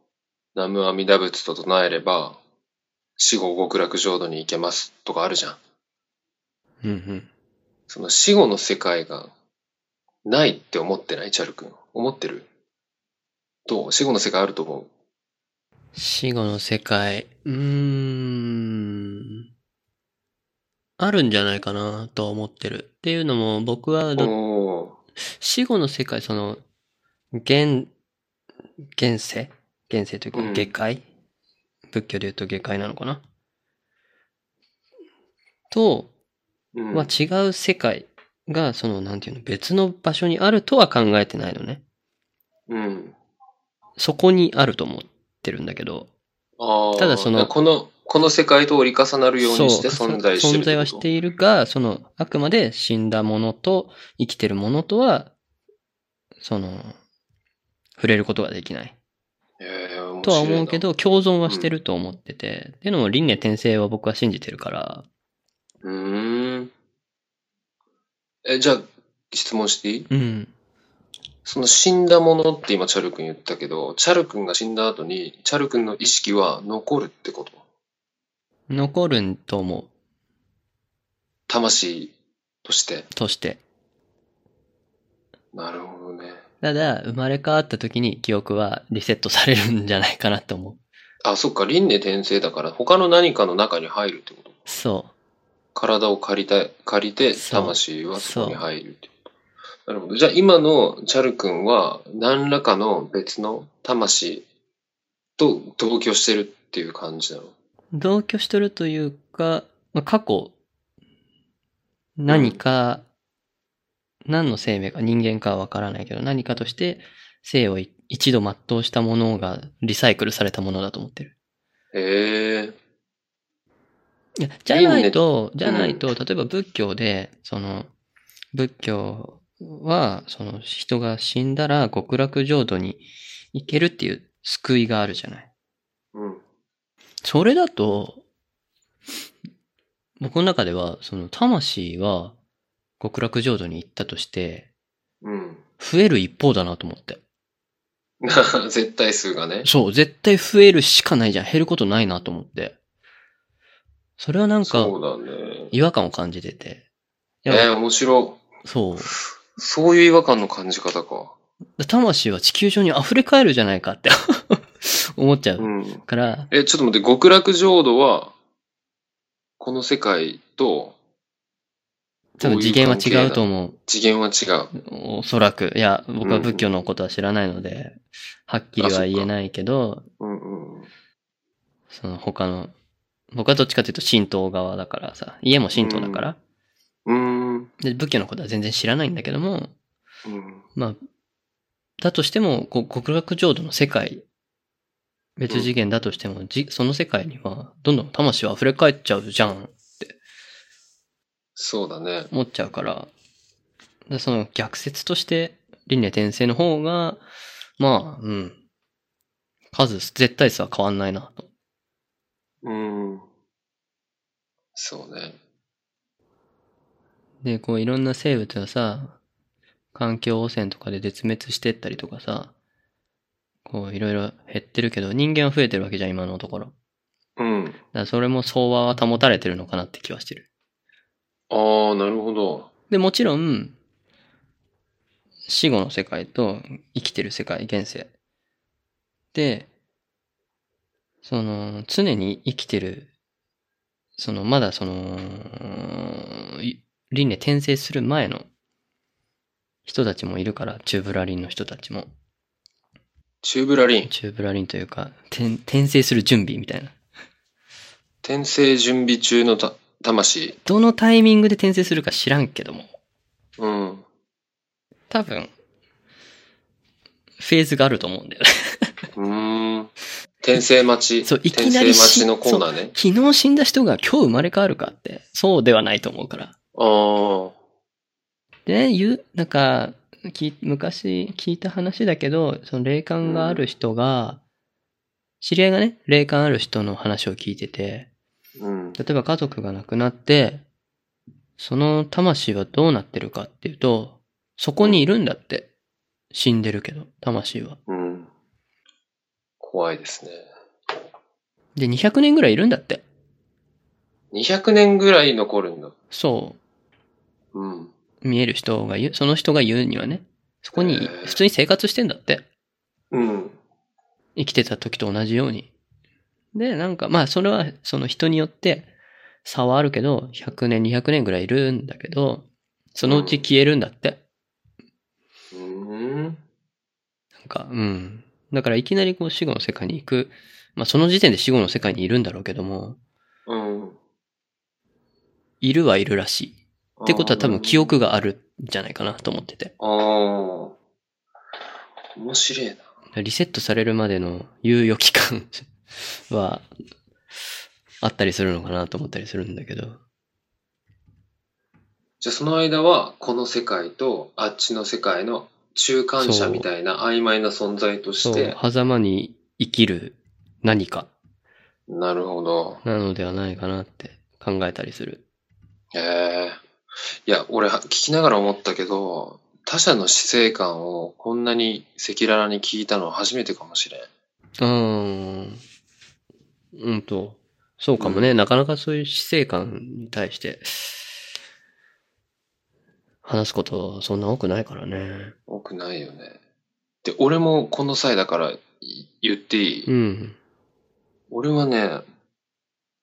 S2: 南無阿弥陀仏と唱えれば、死後極楽浄土に行けますとかあるじゃん。
S1: うんうん。
S2: その死後の世界がないって思ってないチャル君。思ってるどう死後の世界あると思う
S1: 死後の世界。うーん。あるんじゃないかなとは思ってる。っていうのも、僕はど
S2: おー
S1: 死後の世界、その、現、現世現世という
S2: う
S1: か、
S2: ん
S1: 下界、仏教で言うと下界なのかなと、
S2: うん
S1: は違う世界が、その、なんていうの、別の場所にあるとは考えてないのね。
S2: うん。
S1: そこにあると思ってるんだけど、
S2: あー
S1: ただその
S2: この、この世界と折り重なるようにして
S1: そう
S2: 存在してる
S1: 存在はしているが、その、あくまで死んだものと生きてるものとは、その、触れることができない。と
S2: と
S1: は思うけ、ど、共存はしてると思ってて、っていうのも輪廻転生は僕は信じてるから、
S2: えー面白いなうーん。え、じゃあ、質問していい
S1: うん。
S2: その死んだものって今、チャル君言ったけど、チャル君が死んだ後に、チャル君の意識は残るってこと
S1: 残るんと思
S2: 魂として。
S1: う、として。
S2: なるほどね。
S1: ただ、生まれ変わった時に記憶はリセットされるんじゃないかなと思う。
S2: あ、そっか、輪廻転生だから、他の何かの中に入るってこと
S1: そ
S2: 体を借りたい、借りて、
S1: そう
S2: 魂はそこに入るってこと。なるほど。じゃあ今のチャル君は、何らかの別の魂と同居してるっていう感じなの
S1: う。同居しとるというか、まあ、過去、何か、何の生命か、人間かはわからないけど、何かとして生をい一度全うしたものがリサイクルされたものだと思ってる。
S2: へえ。
S1: いや、じゃないと、じ
S2: ね
S1: ゃないと、例えば仏教で、その、仏教は、その、人が死んだら極楽浄土に行けるっていう救いがあるじゃない。それだと、僕の中では、その魂は極楽浄土に行ったとして、
S2: うん。
S1: 増える一方だなと思って。
S2: 絶対数がね。
S1: そう、絶対増えるしかないじゃん。減ることないなと思って。それはなんか
S2: そ、うだね。
S1: 違和感を感じてて。い
S2: え
S1: や、
S2: ー、面白
S1: そう。
S2: い。そういう違和感の感じ方か。
S1: 魂は地球上に溢れ返るじゃないかって 思っちゃ
S2: う。
S1: うんから、
S2: え、ちょっと待って、極楽浄土は、この世界と
S1: 多分次元は違うと思う。
S2: 次元は違う。
S1: おそらく。いや、僕は仏教のことは知らないので、はっきりは言えないけど、
S2: うんうん。
S1: その他の、僕はどっちかというと神道側だからさ、家も神道だから、
S2: うん。う
S1: で、仏教のことは全然知らないんだけども、
S2: ーん。うん
S1: まあ、だとしても、こう極楽浄土の世界、別次元だとしても、じその世界には、どんどん魂は溢れ返っちゃうじゃん、
S2: そうだね。
S1: 思っちゃうから、でその逆説として、輪廻転生の方が、まあ、うん。数、絶対数は変わんないな、と。
S2: うん。そうね。
S1: で、こういろんな生物がさ、環境汚染とかで絶滅してったりとかさ、こういろいろ減ってるけど、人間は増えてるわけじゃん、今のところ。だか
S2: うん。
S1: らそれも相場は保たれてるのかなって気はしてる。
S2: ああ、なるほど。
S1: で、もちろん、死後の世界と生きてる世界、現世。で、その、常に生きてる、その、まだその、い輪廻転生する前の人たちもいるから、チューブラリンの人たちも。
S2: チューブラリン。
S1: チューブラリンというか、転転生する準備みたいな。
S2: 転生準備中のた魂。
S1: どのタイミングで転生するか知らんけども、
S2: うん。
S1: 多分、フェーズがあると思うんだよね
S2: うーん。転生待ち。
S1: そういきなり
S2: 転生待ちのコーナーね。
S1: 昨日死んだ人が今日生まれ変わるかって、そうではないと思うから。
S2: ああ。
S1: でね、言う、なんか、き昔聞いた話だけど、その霊感がある人が、知り合いがね、霊感ある人の話を聞いてて、
S2: うん。
S1: 例えば家族が亡くなって、その魂はどうなってるかっていうと、そこにいるんだって。死んでるけど、魂は。
S2: うん。怖いですね。
S1: で、200年ぐらいいるんだって。
S2: 200年ぐらい残るんだ。
S1: そう。
S2: うん。
S1: 見える人が言う、その人が言うにはね、そこ
S2: へ
S1: に
S2: ー
S1: 普通に生活してんだって。
S2: うん。
S1: 生きてた時と同じように。で、なんか、まあ、それは、その人によって差はあるけど、100年、200年ぐらいいるんだけど、そのうち消えるんだって。
S2: うーん。
S1: なんか、うん。だから、いきなりこう、死後の世界に行く。まあ、その時点で死後の世界にいるんだろうけども、
S2: うん。
S1: いるはいるらしい。ってことは多分記憶
S2: が。
S1: があるんじゃないかなと思ってて。
S2: ああ。面白いな。
S1: リセットされるまでの猶予期間 はあったりするのかなと思ったりするんだけど。
S2: じゃあその間は、この世界とあっちの世界の中間
S1: そ
S2: 者
S1: う
S2: みたいな曖昧な存在とし
S1: そう、
S2: て、
S1: 狭間に生きる何か
S2: なるほど。
S1: なのではないかなって考えたりする。
S2: ええいや、俺、聞きながら思ったけど、他者の死生観をこんなに赤裸々に聞いたのは初めてかもしれん。
S1: うーん。うんと、そうかもね。なかなかそういう死生観に対して話すことそんな多くないからね。
S2: 多くないよね。で、俺もこの際だからい言っていい、
S1: うん。
S2: 俺はね、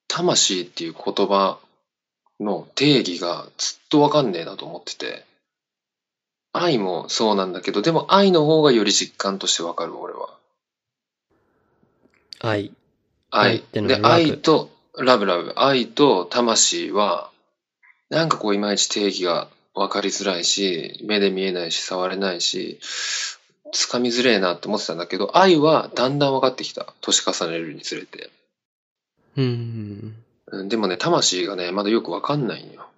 S2: 魂っていう言葉の定義がずっとわかんねえなと思ってて、愛もそうなんだけど、でも愛の方がより実感としてわかる、俺は。
S1: 愛。愛っ
S2: 愛。
S1: てのは
S2: で、
S1: ラブ
S2: 愛と、ラブラブ。愛と魂は、なんかこう、いまいち定義が分かりづらいし、目で見えないし、触れないし、つかみづれえなって思ってたんだけど、愛はだんだん分かってきた。年重ねるにつれて。
S1: うん。
S2: うんでもね、魂がね、まだよく分かんないんよ。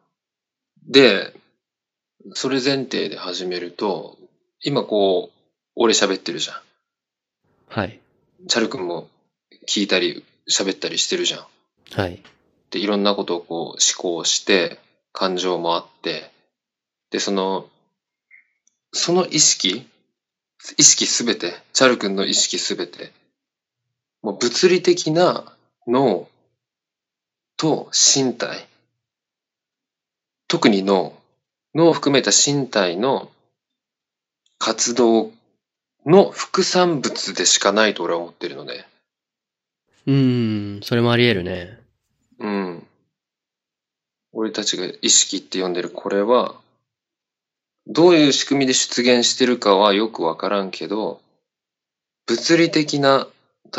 S2: で、それ前提で始めると、今こう、俺喋ってるじゃん。
S1: はい。
S2: チャル君も聞いたり喋ったりしてるじゃん。
S1: はい。
S2: で、いろんなことをこう思考して、感情もあって、で、その、その意識、意識すべて、チャル君の意識すべて、もう物理的な脳と身体、特に脳、脳を含めた身体の活動の副産物でしかないと俺は思ってるので、
S1: うーん、それもあり得るね。
S2: うん。俺たちが意識って呼んでるこれは、どういう仕組みで出現してるかはよくわからんけど、物理的な、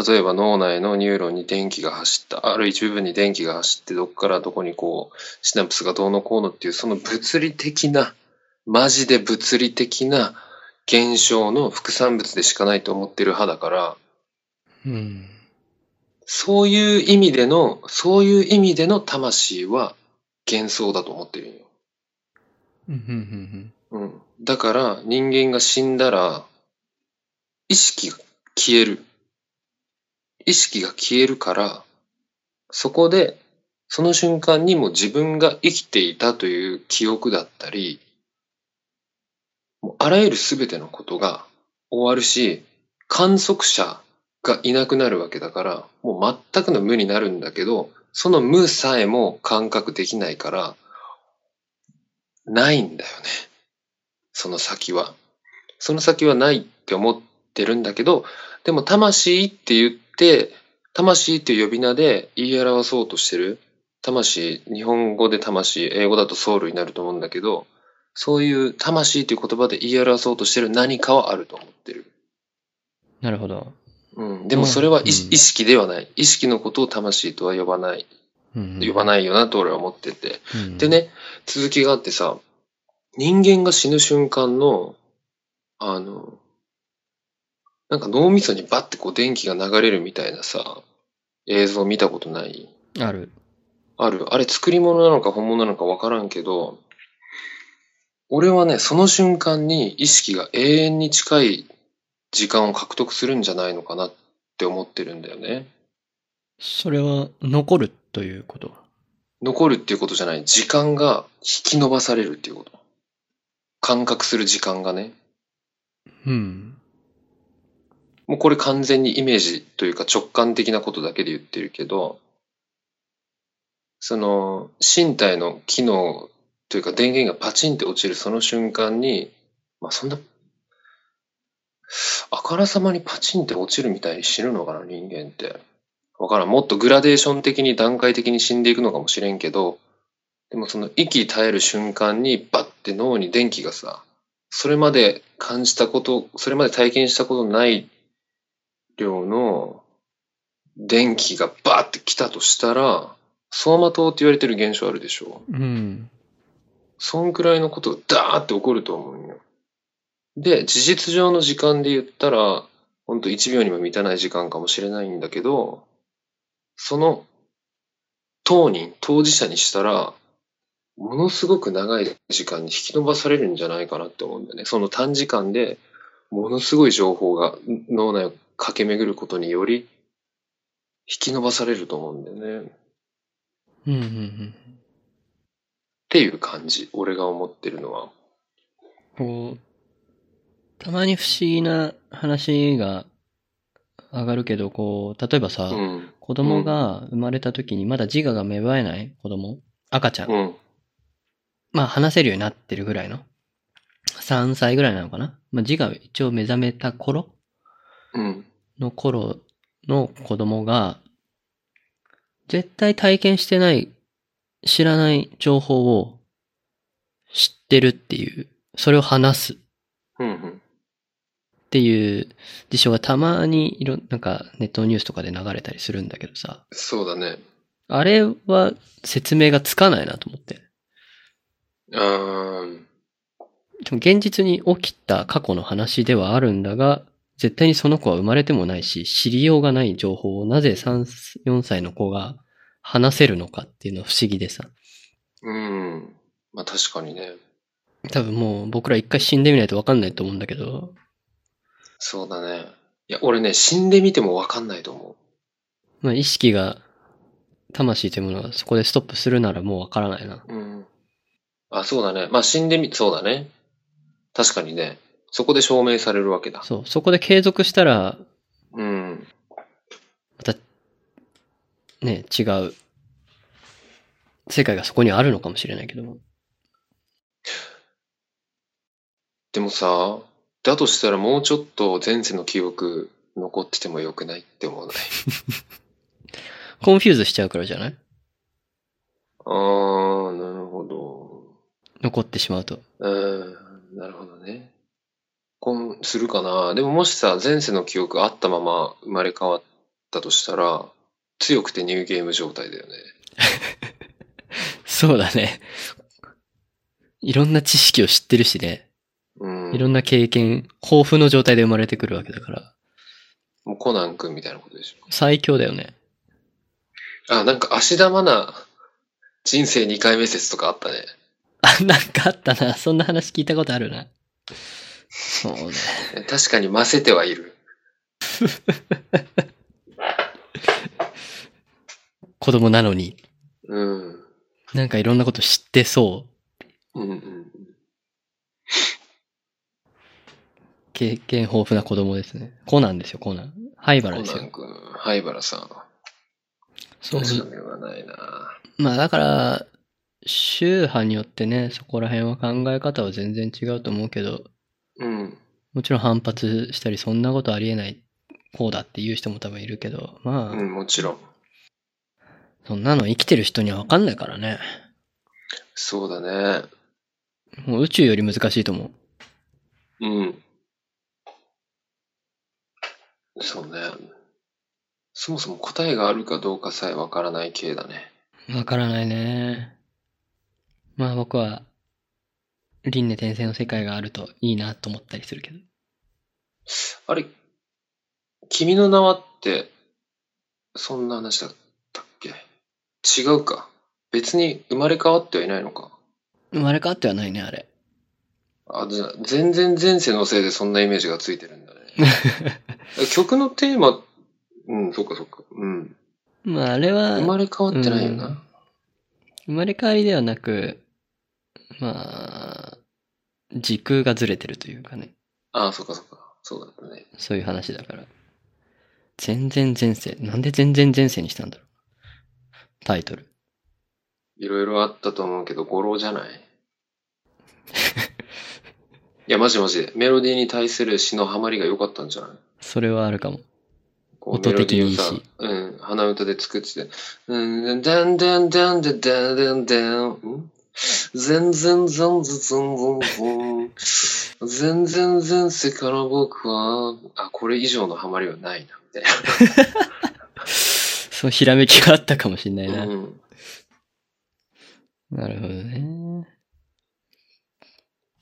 S2: 例えば脳内のニューロンに電気が走った、ある一部分に電気が走って、どっからどこにこう、シナプスがどうのこうのっていう、その物理的な、マジで物理的な現象の副産物でしかないと思ってる派だから、
S1: うん。
S2: そういう意味での、そういう意味での魂は幻想だと思ってるんよ。
S1: うん、うん、
S2: うん。だから人間が死んだら、意識が消える。意識が消えるから、そこで、その瞬間にも自分が生きていたという記憶だったり、もうあらゆる全てのことが終わるし、観測者がいなくなるわけだから、もう全くの無になるんだけど、その無さえも感覚できないから、ないんだよね。その先は。その先はないって思ってるんだけど、でも魂って言って、魂っていう呼び名で言い表そうとしてる。魂、日本語で魂、英語だとソウルになると思うんだけど、そういう魂っていう言葉で言い表そうとしてる何かはあると思ってる。
S1: なるほど。
S2: うん。でもそれは意,、
S1: うん
S2: 意識ではない。意識のことを魂とは呼ばない。
S1: うん
S2: 呼ば
S1: い。
S2: ないよなと俺は思ってて。
S1: うん
S2: で。ね、続きがあってさ、人間が死ぬ瞬間の、あの、なんか脳みそにバッてこう電気が流れるみたいなさ、映像見たことない
S1: ある。
S2: ある。あれ作り物なのか本物なのかわからんけど、俺はね、その瞬間に意識が永遠に近い時間を獲得するんじゃないのかなって思ってるんだよね。
S1: それは残るということ。
S2: 残るっていうことじゃない。時間が引き伸ばされるっていうこと。感覚する時間がね。
S1: うん。
S2: もうこれ完全にイメージというか直感的なことだけで言ってるけど、その身体の機能というか電源がパチンって落ちるその瞬間に、まあそんな、あからさまにパチンって落ちるみたいに死ぬのかな人間って。わからん。もっとグラデーション的に段階的に死んでいくのかもしれんけど、でもその息絶える瞬間にバッて脳に電気がさ、それまで感じたこと、それまで体験したことない量の電気がバーって来たとしたら、走馬灯って言われてる現象あるでしょ
S1: うん。
S2: そんくらいのことがダーって起こると思うんよ。で、事実上の時間で言ったら、ほんと1秒にも満たない時間かもしれないんだけど、その当人、当事者にしたら、ものすごく長い時間に引き伸ばされるんじゃないかなって思うんだよね。その短時間でものすごい情報がん脳内を駆け巡ることにより引き伸ばされると思うんだよね。っ
S1: うん、うん、うん。
S2: ていう感じ。俺が思ってるのは。
S1: こう、たまに不思議な話が上がるけど、こう、例えばさ、
S2: うん。
S1: 子供が生まれた時にまだ自我が芽生えない子供赤ちゃん。
S2: うん。
S1: まあ話せるようになってるぐらいの。3歳ぐらいなのかなまあ自我一応目覚めた頃
S2: うん。
S1: の頃の子供が、絶対体験してない、知らない情報を知ってるっていう、それを話すっ
S2: うん。うん。
S1: ていう事象がたまにいろ、なんかネットニュースとかで流れたりするんだけどさ、
S2: そうだね。
S1: あれは説明がつかないなと思って。
S2: うーん。
S1: でも現実に起きた過去の話ではあるんだが、絶対にその子は生まれてもないし、知りようがない情報をなぜ3、4歳の子が話せるのかっていうのは不思議でさ。
S2: うん。まあ確かにね。
S1: 多分もう僕ら一回死んでみないとわかんないと思うんだけど。
S2: そうだね。いや、俺ね、死んでみてもわかんないと思
S1: まあ、意識が、魂というものがそこでストップするならもうわからないな。
S2: うん。あ、そうだね。まあ死んでみ、そうだね。確かにね。そこで証明されるわけだ。
S1: そう。そこで継続したら、
S2: うん。
S1: また、ね、違う、世界がそこにあるのかもしれないけども。
S2: でもさ、だとしたらもうちょっと前世の記憶残っててもよくないって思わない。
S1: コンフューズしちゃうからじゃない
S2: あー、なるほど。
S1: 残ってしまうと。
S2: うーん、なるほどね。こうするかな。でももしさ、前世の記憶あったまま生まれ変わったとしたら、強くてニューゲーム状態だよね。
S1: そうだね。いろんな知識を知ってるしね。
S2: うん。
S1: いろんな経験、豊富の状態で生まれてくるわけだから。
S2: もうコナン君みたいなことでしょ。
S1: 最強だよね。
S2: あ、なんか芦田愛菜、人生2回目説とかあったね。
S1: あ、なんかあったな。そんな話聞いたことあるな。そうね。
S2: 確かにませてはいる。
S1: 子供なのに、
S2: うん。
S1: なんかいろんなこと知ってそ
S2: うんうん。
S1: う。経験豊富な子供ですね。コナンですよ、コナン。灰
S2: コ
S1: 原
S2: ナ
S1: ですよ
S2: ン。君、灰原さん。
S1: そう。
S2: それはないな。
S1: まあだから、宗派によってね、そこら辺は考え方は全然違うと思うけど、
S2: うん。
S1: もちろん反発したり、そんなことありえない、こうだっていう人も多分いるけど、まあ、
S2: うん、もちろん。
S1: そんなの生きてる人にはわかんないからね。
S2: そうだね。
S1: もう宇宙より難しいと思う。
S2: うん。そうね。そもそも答えがあるかどうかさえわからない系だね。
S1: わからないね。まあ僕は、輪廻転生の世界があるといいなと思ったりするけど。
S2: あれ、君の名はって、そんな話だったっけ違うか。別に生まれ変わってはいないのか。
S1: 生まれ変わってはないね、あれ。
S2: あ、じゃあ全然前世のせいでそんなイメージがついてるんだね。 曲のテーマ、うん、そっかそっか。うん。
S1: まああれは、
S2: 生まれ変わってないよ
S1: うん
S2: な。
S1: 生まれ変わりではなく、まあ、時空がずれてるというかね。
S2: ああ、そっかそっか。そうだったね。
S1: そういう話だから。全然前世。なんで全然前世にしたんだろう。タイトル。
S2: いろいろあったと思うけど、語呂じゃないいや、マジマジで。メロディーに対する詩のハマりが良かったんじゃない
S1: それはあるかも。
S2: こう
S1: 音的にいいし
S2: メロディーをさうん、鼻歌で作ってて、うん、ダンダンダンダンダンダンダン、ん全然全然全然、全然前世から僕は、あ、これ以上のハマりはないな、みたい
S1: そう、ひらめきがあったかもしんないな。
S2: な。うん、
S1: なるほどね。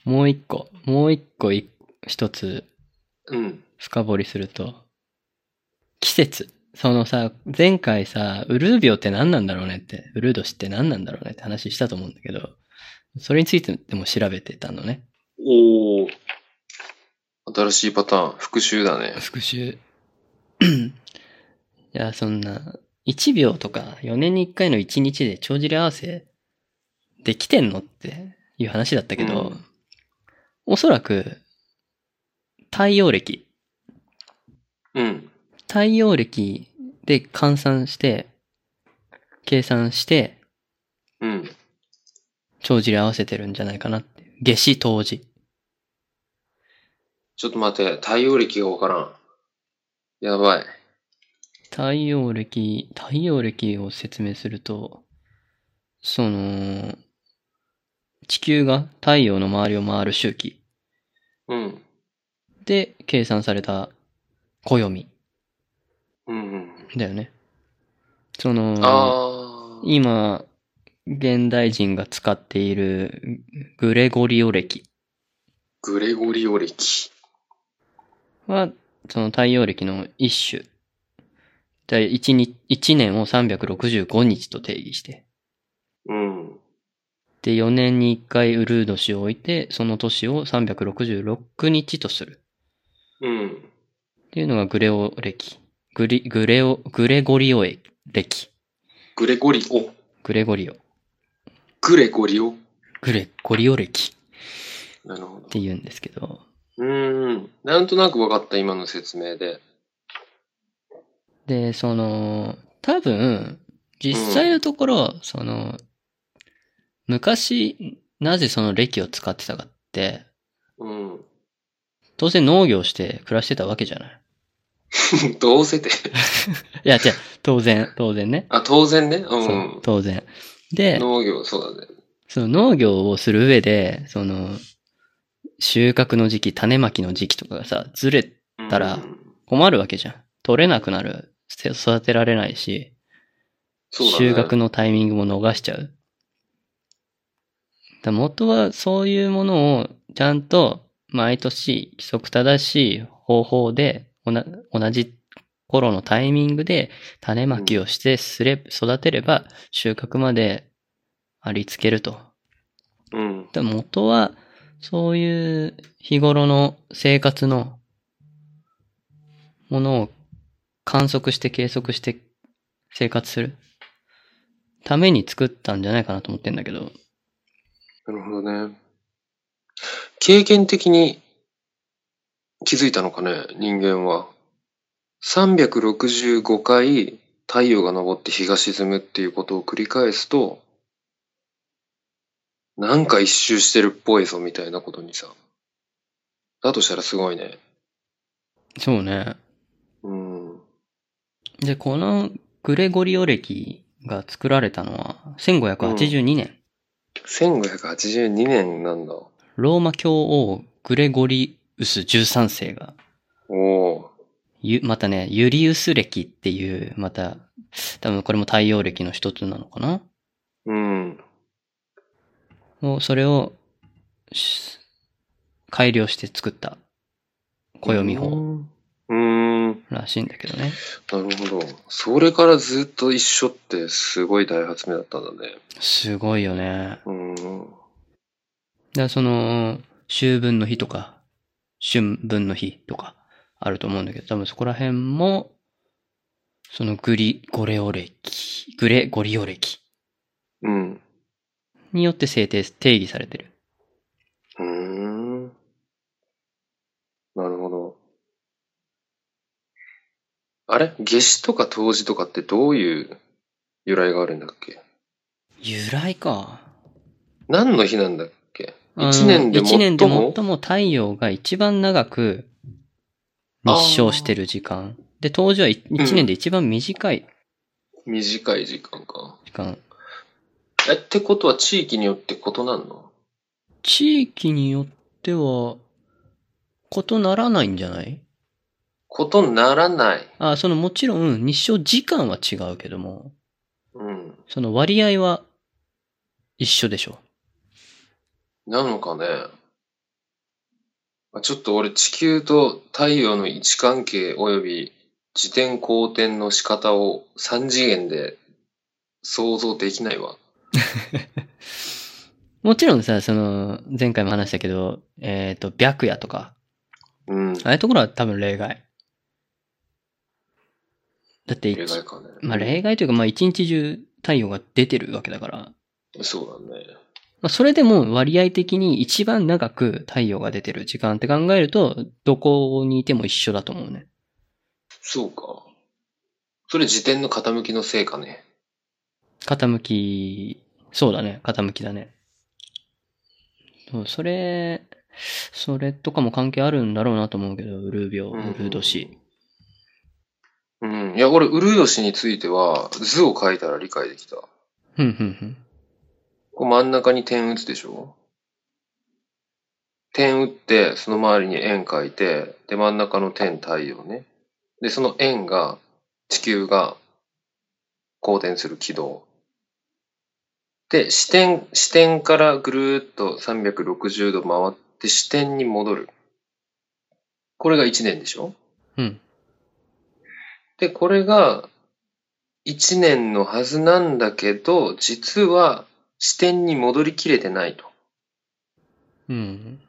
S1: もう一個。もう一個い、一つ
S2: うん、
S1: 深掘りすると。季節。そのさ、前回さ、ウルー病って何なんだろうねって、ウルード氏って何なんだろうねって話したと思うんだけど、それについても調べてたのね。
S2: おー。新しいパターン、復習だね。
S1: 復習。いや、そんな、1秒とか4年に1回の1日で帳尻合わせできてんのっていう話だったけど、
S2: うん
S1: おそらく、太陽暦。
S2: うん、
S1: 太陽暦で換算して、計算して、
S2: うん。
S1: 帳尻合わせてるんじゃないかなっていう。夏至、冬至。
S2: ちょっと待って、太陽暦がわからん。やばい。
S1: 太陽暦、太陽暦を説明すると、その、地球が太陽の周りを回る周期
S2: うん、
S1: で計算された暦
S2: うん、うん。
S1: だよね。その、
S2: あー。
S1: 今、現代人が使っているグレゴリオ暦
S2: グレゴリオ暦。
S1: は、その太陽暦の一種。で一日一年を365日と定義して。
S2: うん。
S1: で、4年に1回ウルー年を置いて、その年を366日とする。
S2: うん。
S1: っていうのがグレオ歴。グリ、グレオ、グレゴリオ歴。
S2: グレゴリオ。
S1: グレゴリオ。
S2: グレゴリオ。
S1: グレゴリオ歴
S2: なるほど
S1: っ。て言うんですけど、
S2: うーん。なんとなく分かった、今の説明で。
S1: で、その、多分、実際のところ、その、昔、なぜその歴を使ってたかって、
S2: うん。
S1: 当然農業して暮らしてたわけじゃない。
S2: どうせて。
S1: いや、違う、当然、当然ね。
S2: あ、当然ね。う
S1: そ
S2: ん
S1: う。当然。で、
S2: 農業、そうだね。
S1: その農業をする上で、その、収穫の時期、種まきの時期とかがさ、ずれ
S2: うん
S1: たら困るわけじゃん。取れなくなる。せ育てられないし、
S2: そうだね。
S1: 収穫のタイミングも逃しちゃう。だ元はそういうものをちゃんと毎年規則正しい方法で、おな同じ頃のタイミングで種まきをしてすれ、育てれば収穫までありつけると。
S2: うん。
S1: だ元は、そういう日頃の生活のものを観測して計測して生活するために作ったんじゃないかなと思ってんだけど、
S2: なるほどね。経験的に気づいたのかね、人間は。365回太陽が昇って日が沈むっていうことを繰り返すと、なんか一周してるっぽいぞみたいなことにさ。だとしたらすごいね。
S1: そうね。
S2: うん。
S1: で、このグレゴリオ歴が作られたのは1582年、
S2: 1582年なんだ。
S1: ローマ教王グレゴリウス13世が
S2: おお
S1: ゆ、またね、ユリウス歴っていう、また、多分これも太陽暦の一つなのかな
S2: ー。うん。
S1: を、それをし、改良して作った、暦法
S2: うん。
S1: らしいんだけどね。
S2: なるほど。それからずっと一緒ってすごい大発明だったんだね。
S1: すごいよね。
S2: うーん。
S1: だからその、秋分の日とか、春分の日とか、あると思うんだけど、多分そこら辺も、そのグリ、ゴレオ歴、グレゴリオ歴
S2: うん。
S1: によって制定、定義されてる。
S2: うーん。なるほど。あれ夏至とか冬至とかってどういう由来があるんだっけ
S1: 由来か。
S2: 何の日なんだっけ
S1: あの
S2: 一年で
S1: 一年で
S2: 最も
S1: 最も太陽が一番長く日照してる時間。で、当時は一一年で一番短い
S2: 短い時間か。
S1: 時間。
S2: え、ってことは地域によって異なるの
S1: 地域によっては、異ならないんじゃない
S2: ことならない。
S1: あ、そのもちろん日照時間は違うけども、
S2: うん。
S1: その割合は一緒でしょ。
S2: なのかね。まあちょっと俺地球と太陽の位置関係及び自転公転の仕方を3次元で想像できないわ。
S1: もちろんさ、その、前回も話したけど、えっ、と、白夜とか、
S2: うん。
S1: ああいうところは多分例外。だって
S2: 例
S1: 一
S2: 外かね。
S1: まあ例外というか、まあ一日中太陽が出てるわけだから、ま
S2: そうだね。
S1: あそれでも割合的に一番長く太陽が出てる時間って考えると、どこにいても一緒だと思うね。
S2: そうか。それ自転の傾きのせいかね。
S1: 傾き、そうだね、傾きだね。そう、それ、それとかも関係あるんだろうなと思うけど、ウルー病、ウ
S2: うん
S1: ルー年。
S2: うん。いや、俺、ウルヨシについては図を書いたら理解できた。
S1: ふんふんふん。
S2: こう真ん中に点打つでしょ点打って、その周りに円書いて、で、真ん中の点太陽ね。で、その円が、地球が、公転する軌道。で、視点、視点からぐるーっと360度回って視点に戻る。これが1年でしょ
S1: うん。
S2: で、これが1年のはずなんだけど、実は視点に戻りきれてないと。
S1: うん。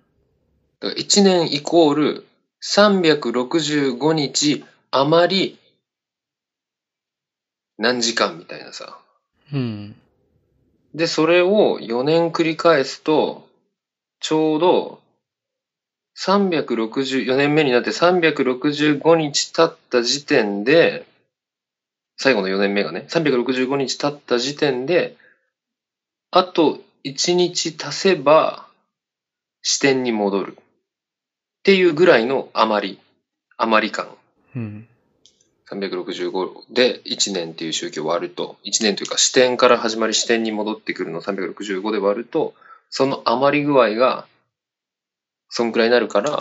S2: だから1年イコール365日あまり何時間みたいなさ。
S1: うん。
S2: で、それを4年繰り返すと、ちょうど、360、4年目になって365日経った時点で、最後の4年目がね、365日経った時点で、あと1日足せば、視点に戻る。っていうぐらいの余り、余り感。
S1: うん。
S2: 365で1年っていう周期を割ると、1年というか視点から始まり視点に戻ってくるのを365で割ると、その余り具合が、そんくらいになるから、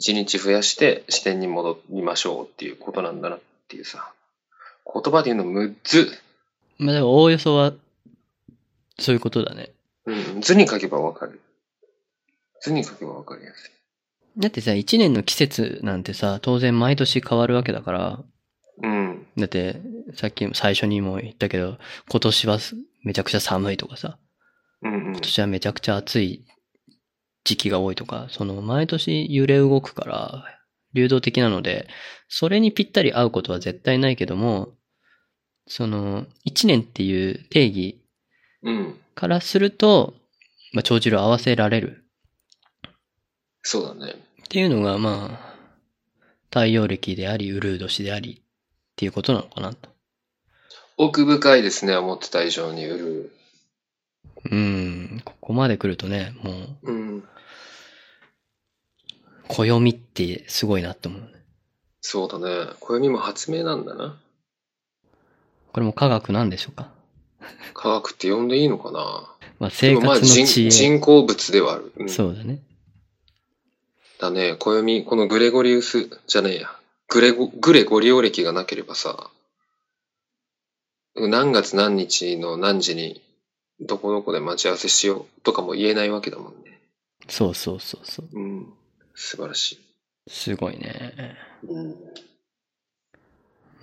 S2: 1日増やして視点に戻りましょうっていうことなんだなっていうさ。言葉で言うのむず。
S1: まあでも、おおよそは、そういうことだね。
S2: うん、図に書けばわかる。図に書けばわかりやすい。
S1: だってさ、一年の季節なんてさ、当然毎年変わるわけだから、
S2: うん、
S1: だって、さっきも最初にも言ったけど、今年はすめちゃくちゃ寒いとかさ、
S2: うん、うん
S1: 今。年はめちゃくちゃ暑い時期が多いとか、その毎年揺れ動くから、流動的なので、それにぴったり合うことは絶対ないけども、その、一年っていう定義
S2: うん、
S1: からすると、まあ、帳汁を合わせられる
S2: そうだね。
S1: っていうのが、まあ、太陽暦であり、ウルー年であり、っていうことなのかなと。
S2: 奥深いですね、思ってた以上に売る。
S1: うん、ここまで来るとね、もう、
S2: うん。
S1: 暦ってすごいなって思うね。
S2: そうだね。暦も発明なんだな。
S1: これも科学なんでしょうか
S2: 科学って呼んでいいのかな
S1: まあ、
S2: で
S1: 生
S2: も
S1: 活
S2: まあ
S1: の知
S2: 人
S1: 恵。
S2: 人工物ではある。うん
S1: そうだね。
S2: だね。暦、このグレゴリウスじゃねえや。グレゴ、グレゴリオ歴がなければさ、何月何日の何時に、どこどこで待ち合わせしようとかも言えないわけだもんね。
S1: そうそうそうそう。
S2: うん。素晴らしい。
S1: すごいね。
S2: うん。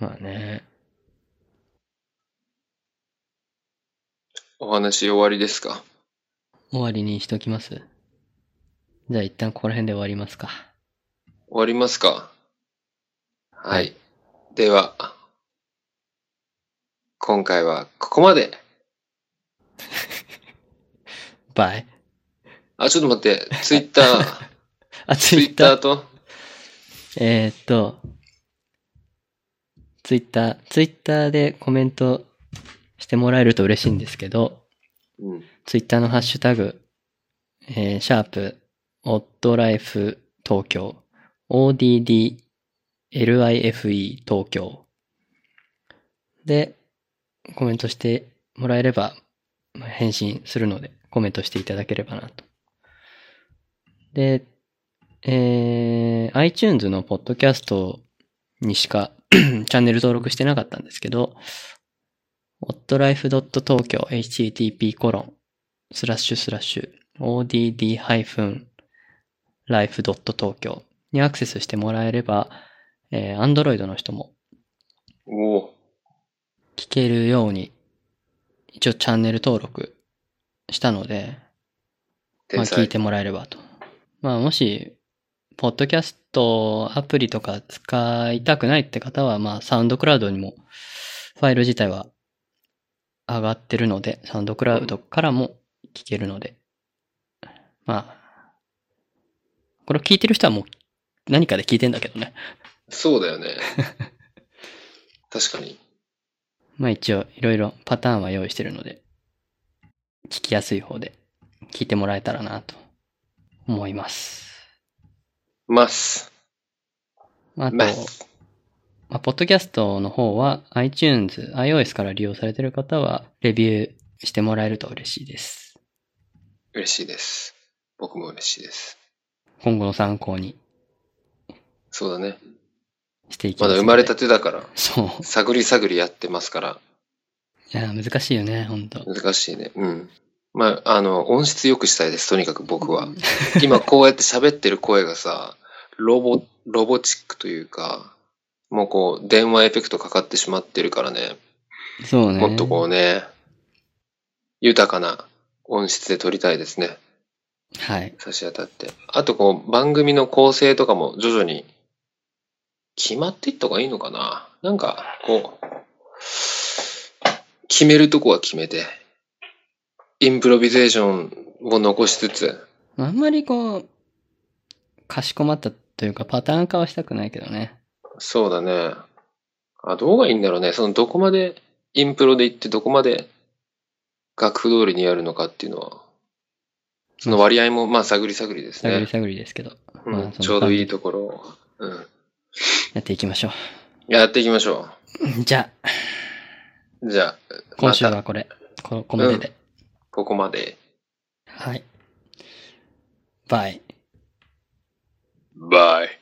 S1: まあね。
S2: お話終わりですか
S1: 終わりにしときます。じゃあ一旦ここら辺で終わりますか。
S2: 終わりますかはい。
S1: はい
S2: では、今回はここまで。
S1: バイ。
S2: あ、ちょっと待って、ツイッター、
S1: あ、
S2: ツ
S1: ツ
S2: イ
S1: イ
S2: ッ
S1: ッ
S2: タ
S1: ター。
S2: ーと、
S1: えー、っと、ツイッター、ツイッターでコメントしてもらえると嬉しいんですけど、
S2: うん、
S1: ツイッターのハッシュタグ、えー、シャープ、オッドライフ東京、ODDLIFE 東京でコメントしてもらえれば、まあ返信するのでコメントしていただければなと。で、えー、iTunes のポッドキャストにしか チャンネル登録してなかったんですけど、otlife.tokyo http コロンスラッシュスラッシュ odd-life.tokyo にアクセスしてもらえれば、えー Android の人も
S2: おお、
S1: 聞けるように、一応チャンネル登録したので、まあ、聞い
S2: 天才。
S1: てもらえればと。まあ、もし、ポッドキャストアプリとか使いたくないって方は、まあ、サウンドクラウドにも、ファイル自体は上がってるので、サウンドクラウドからも聞けるので、まあ、これを聞いてる人はもう何かで聞いてんだけどね。
S2: そうだよ ね。確かに。
S1: まあ一応いろいろパターンは用意してるので、聞きやすい方で聞いてもらえたらなと思います。
S2: ます。
S1: まあ、あと
S2: ま、す。
S1: まあ、ポッドキャストの方は iTunes、iOS から利用されている方はレビューしてもらえると嬉しいです。
S2: 嬉しいです。僕も嬉しいです。
S1: 今後の参考に
S2: そうだね。
S1: していき
S2: ま
S1: ますので。
S2: だ生まれたてだから、
S1: そう。
S2: 探り探りやってますから、
S1: いや、難しいよね、本当
S2: 難しいね。うん。まあ、あの、音質良くしたいです、とにかく僕は。今こうやって喋ってる声がさ、ロボ、ロボチックというか、もうこう、電話エフェクトかかってしまってるからね、
S1: そうね。
S2: もっとこうね、豊かな音質で撮りたいですね、
S1: はい。
S2: 差し当たって。あとこう、番組の構成とかも徐々に決まっていった方がいいのかななんか、こう、決めるとこは決めて、インプロビゼーションを残しつつ、
S1: あんまりこう、かしこまったというかパターン化はしたくないけどね。
S2: そうだね。あ、どうがいいんだろうね。そのどこまでインプロで行ってどこまで楽譜通りにやるのかっていうのは、その割合もまあ探り探りです
S1: 探り
S2: ね。
S1: 探りですけど。
S2: う
S1: まあ
S2: ん、
S1: その
S2: ちょうどいいところを、うん、
S1: やっていきましょ
S2: やっていきましょ
S1: う。じゃあ、
S2: う。じゃあ、
S1: 今週
S2: また
S1: はこれ。こここまでで。
S2: ここまで。
S1: はい。バイ。
S2: バイ。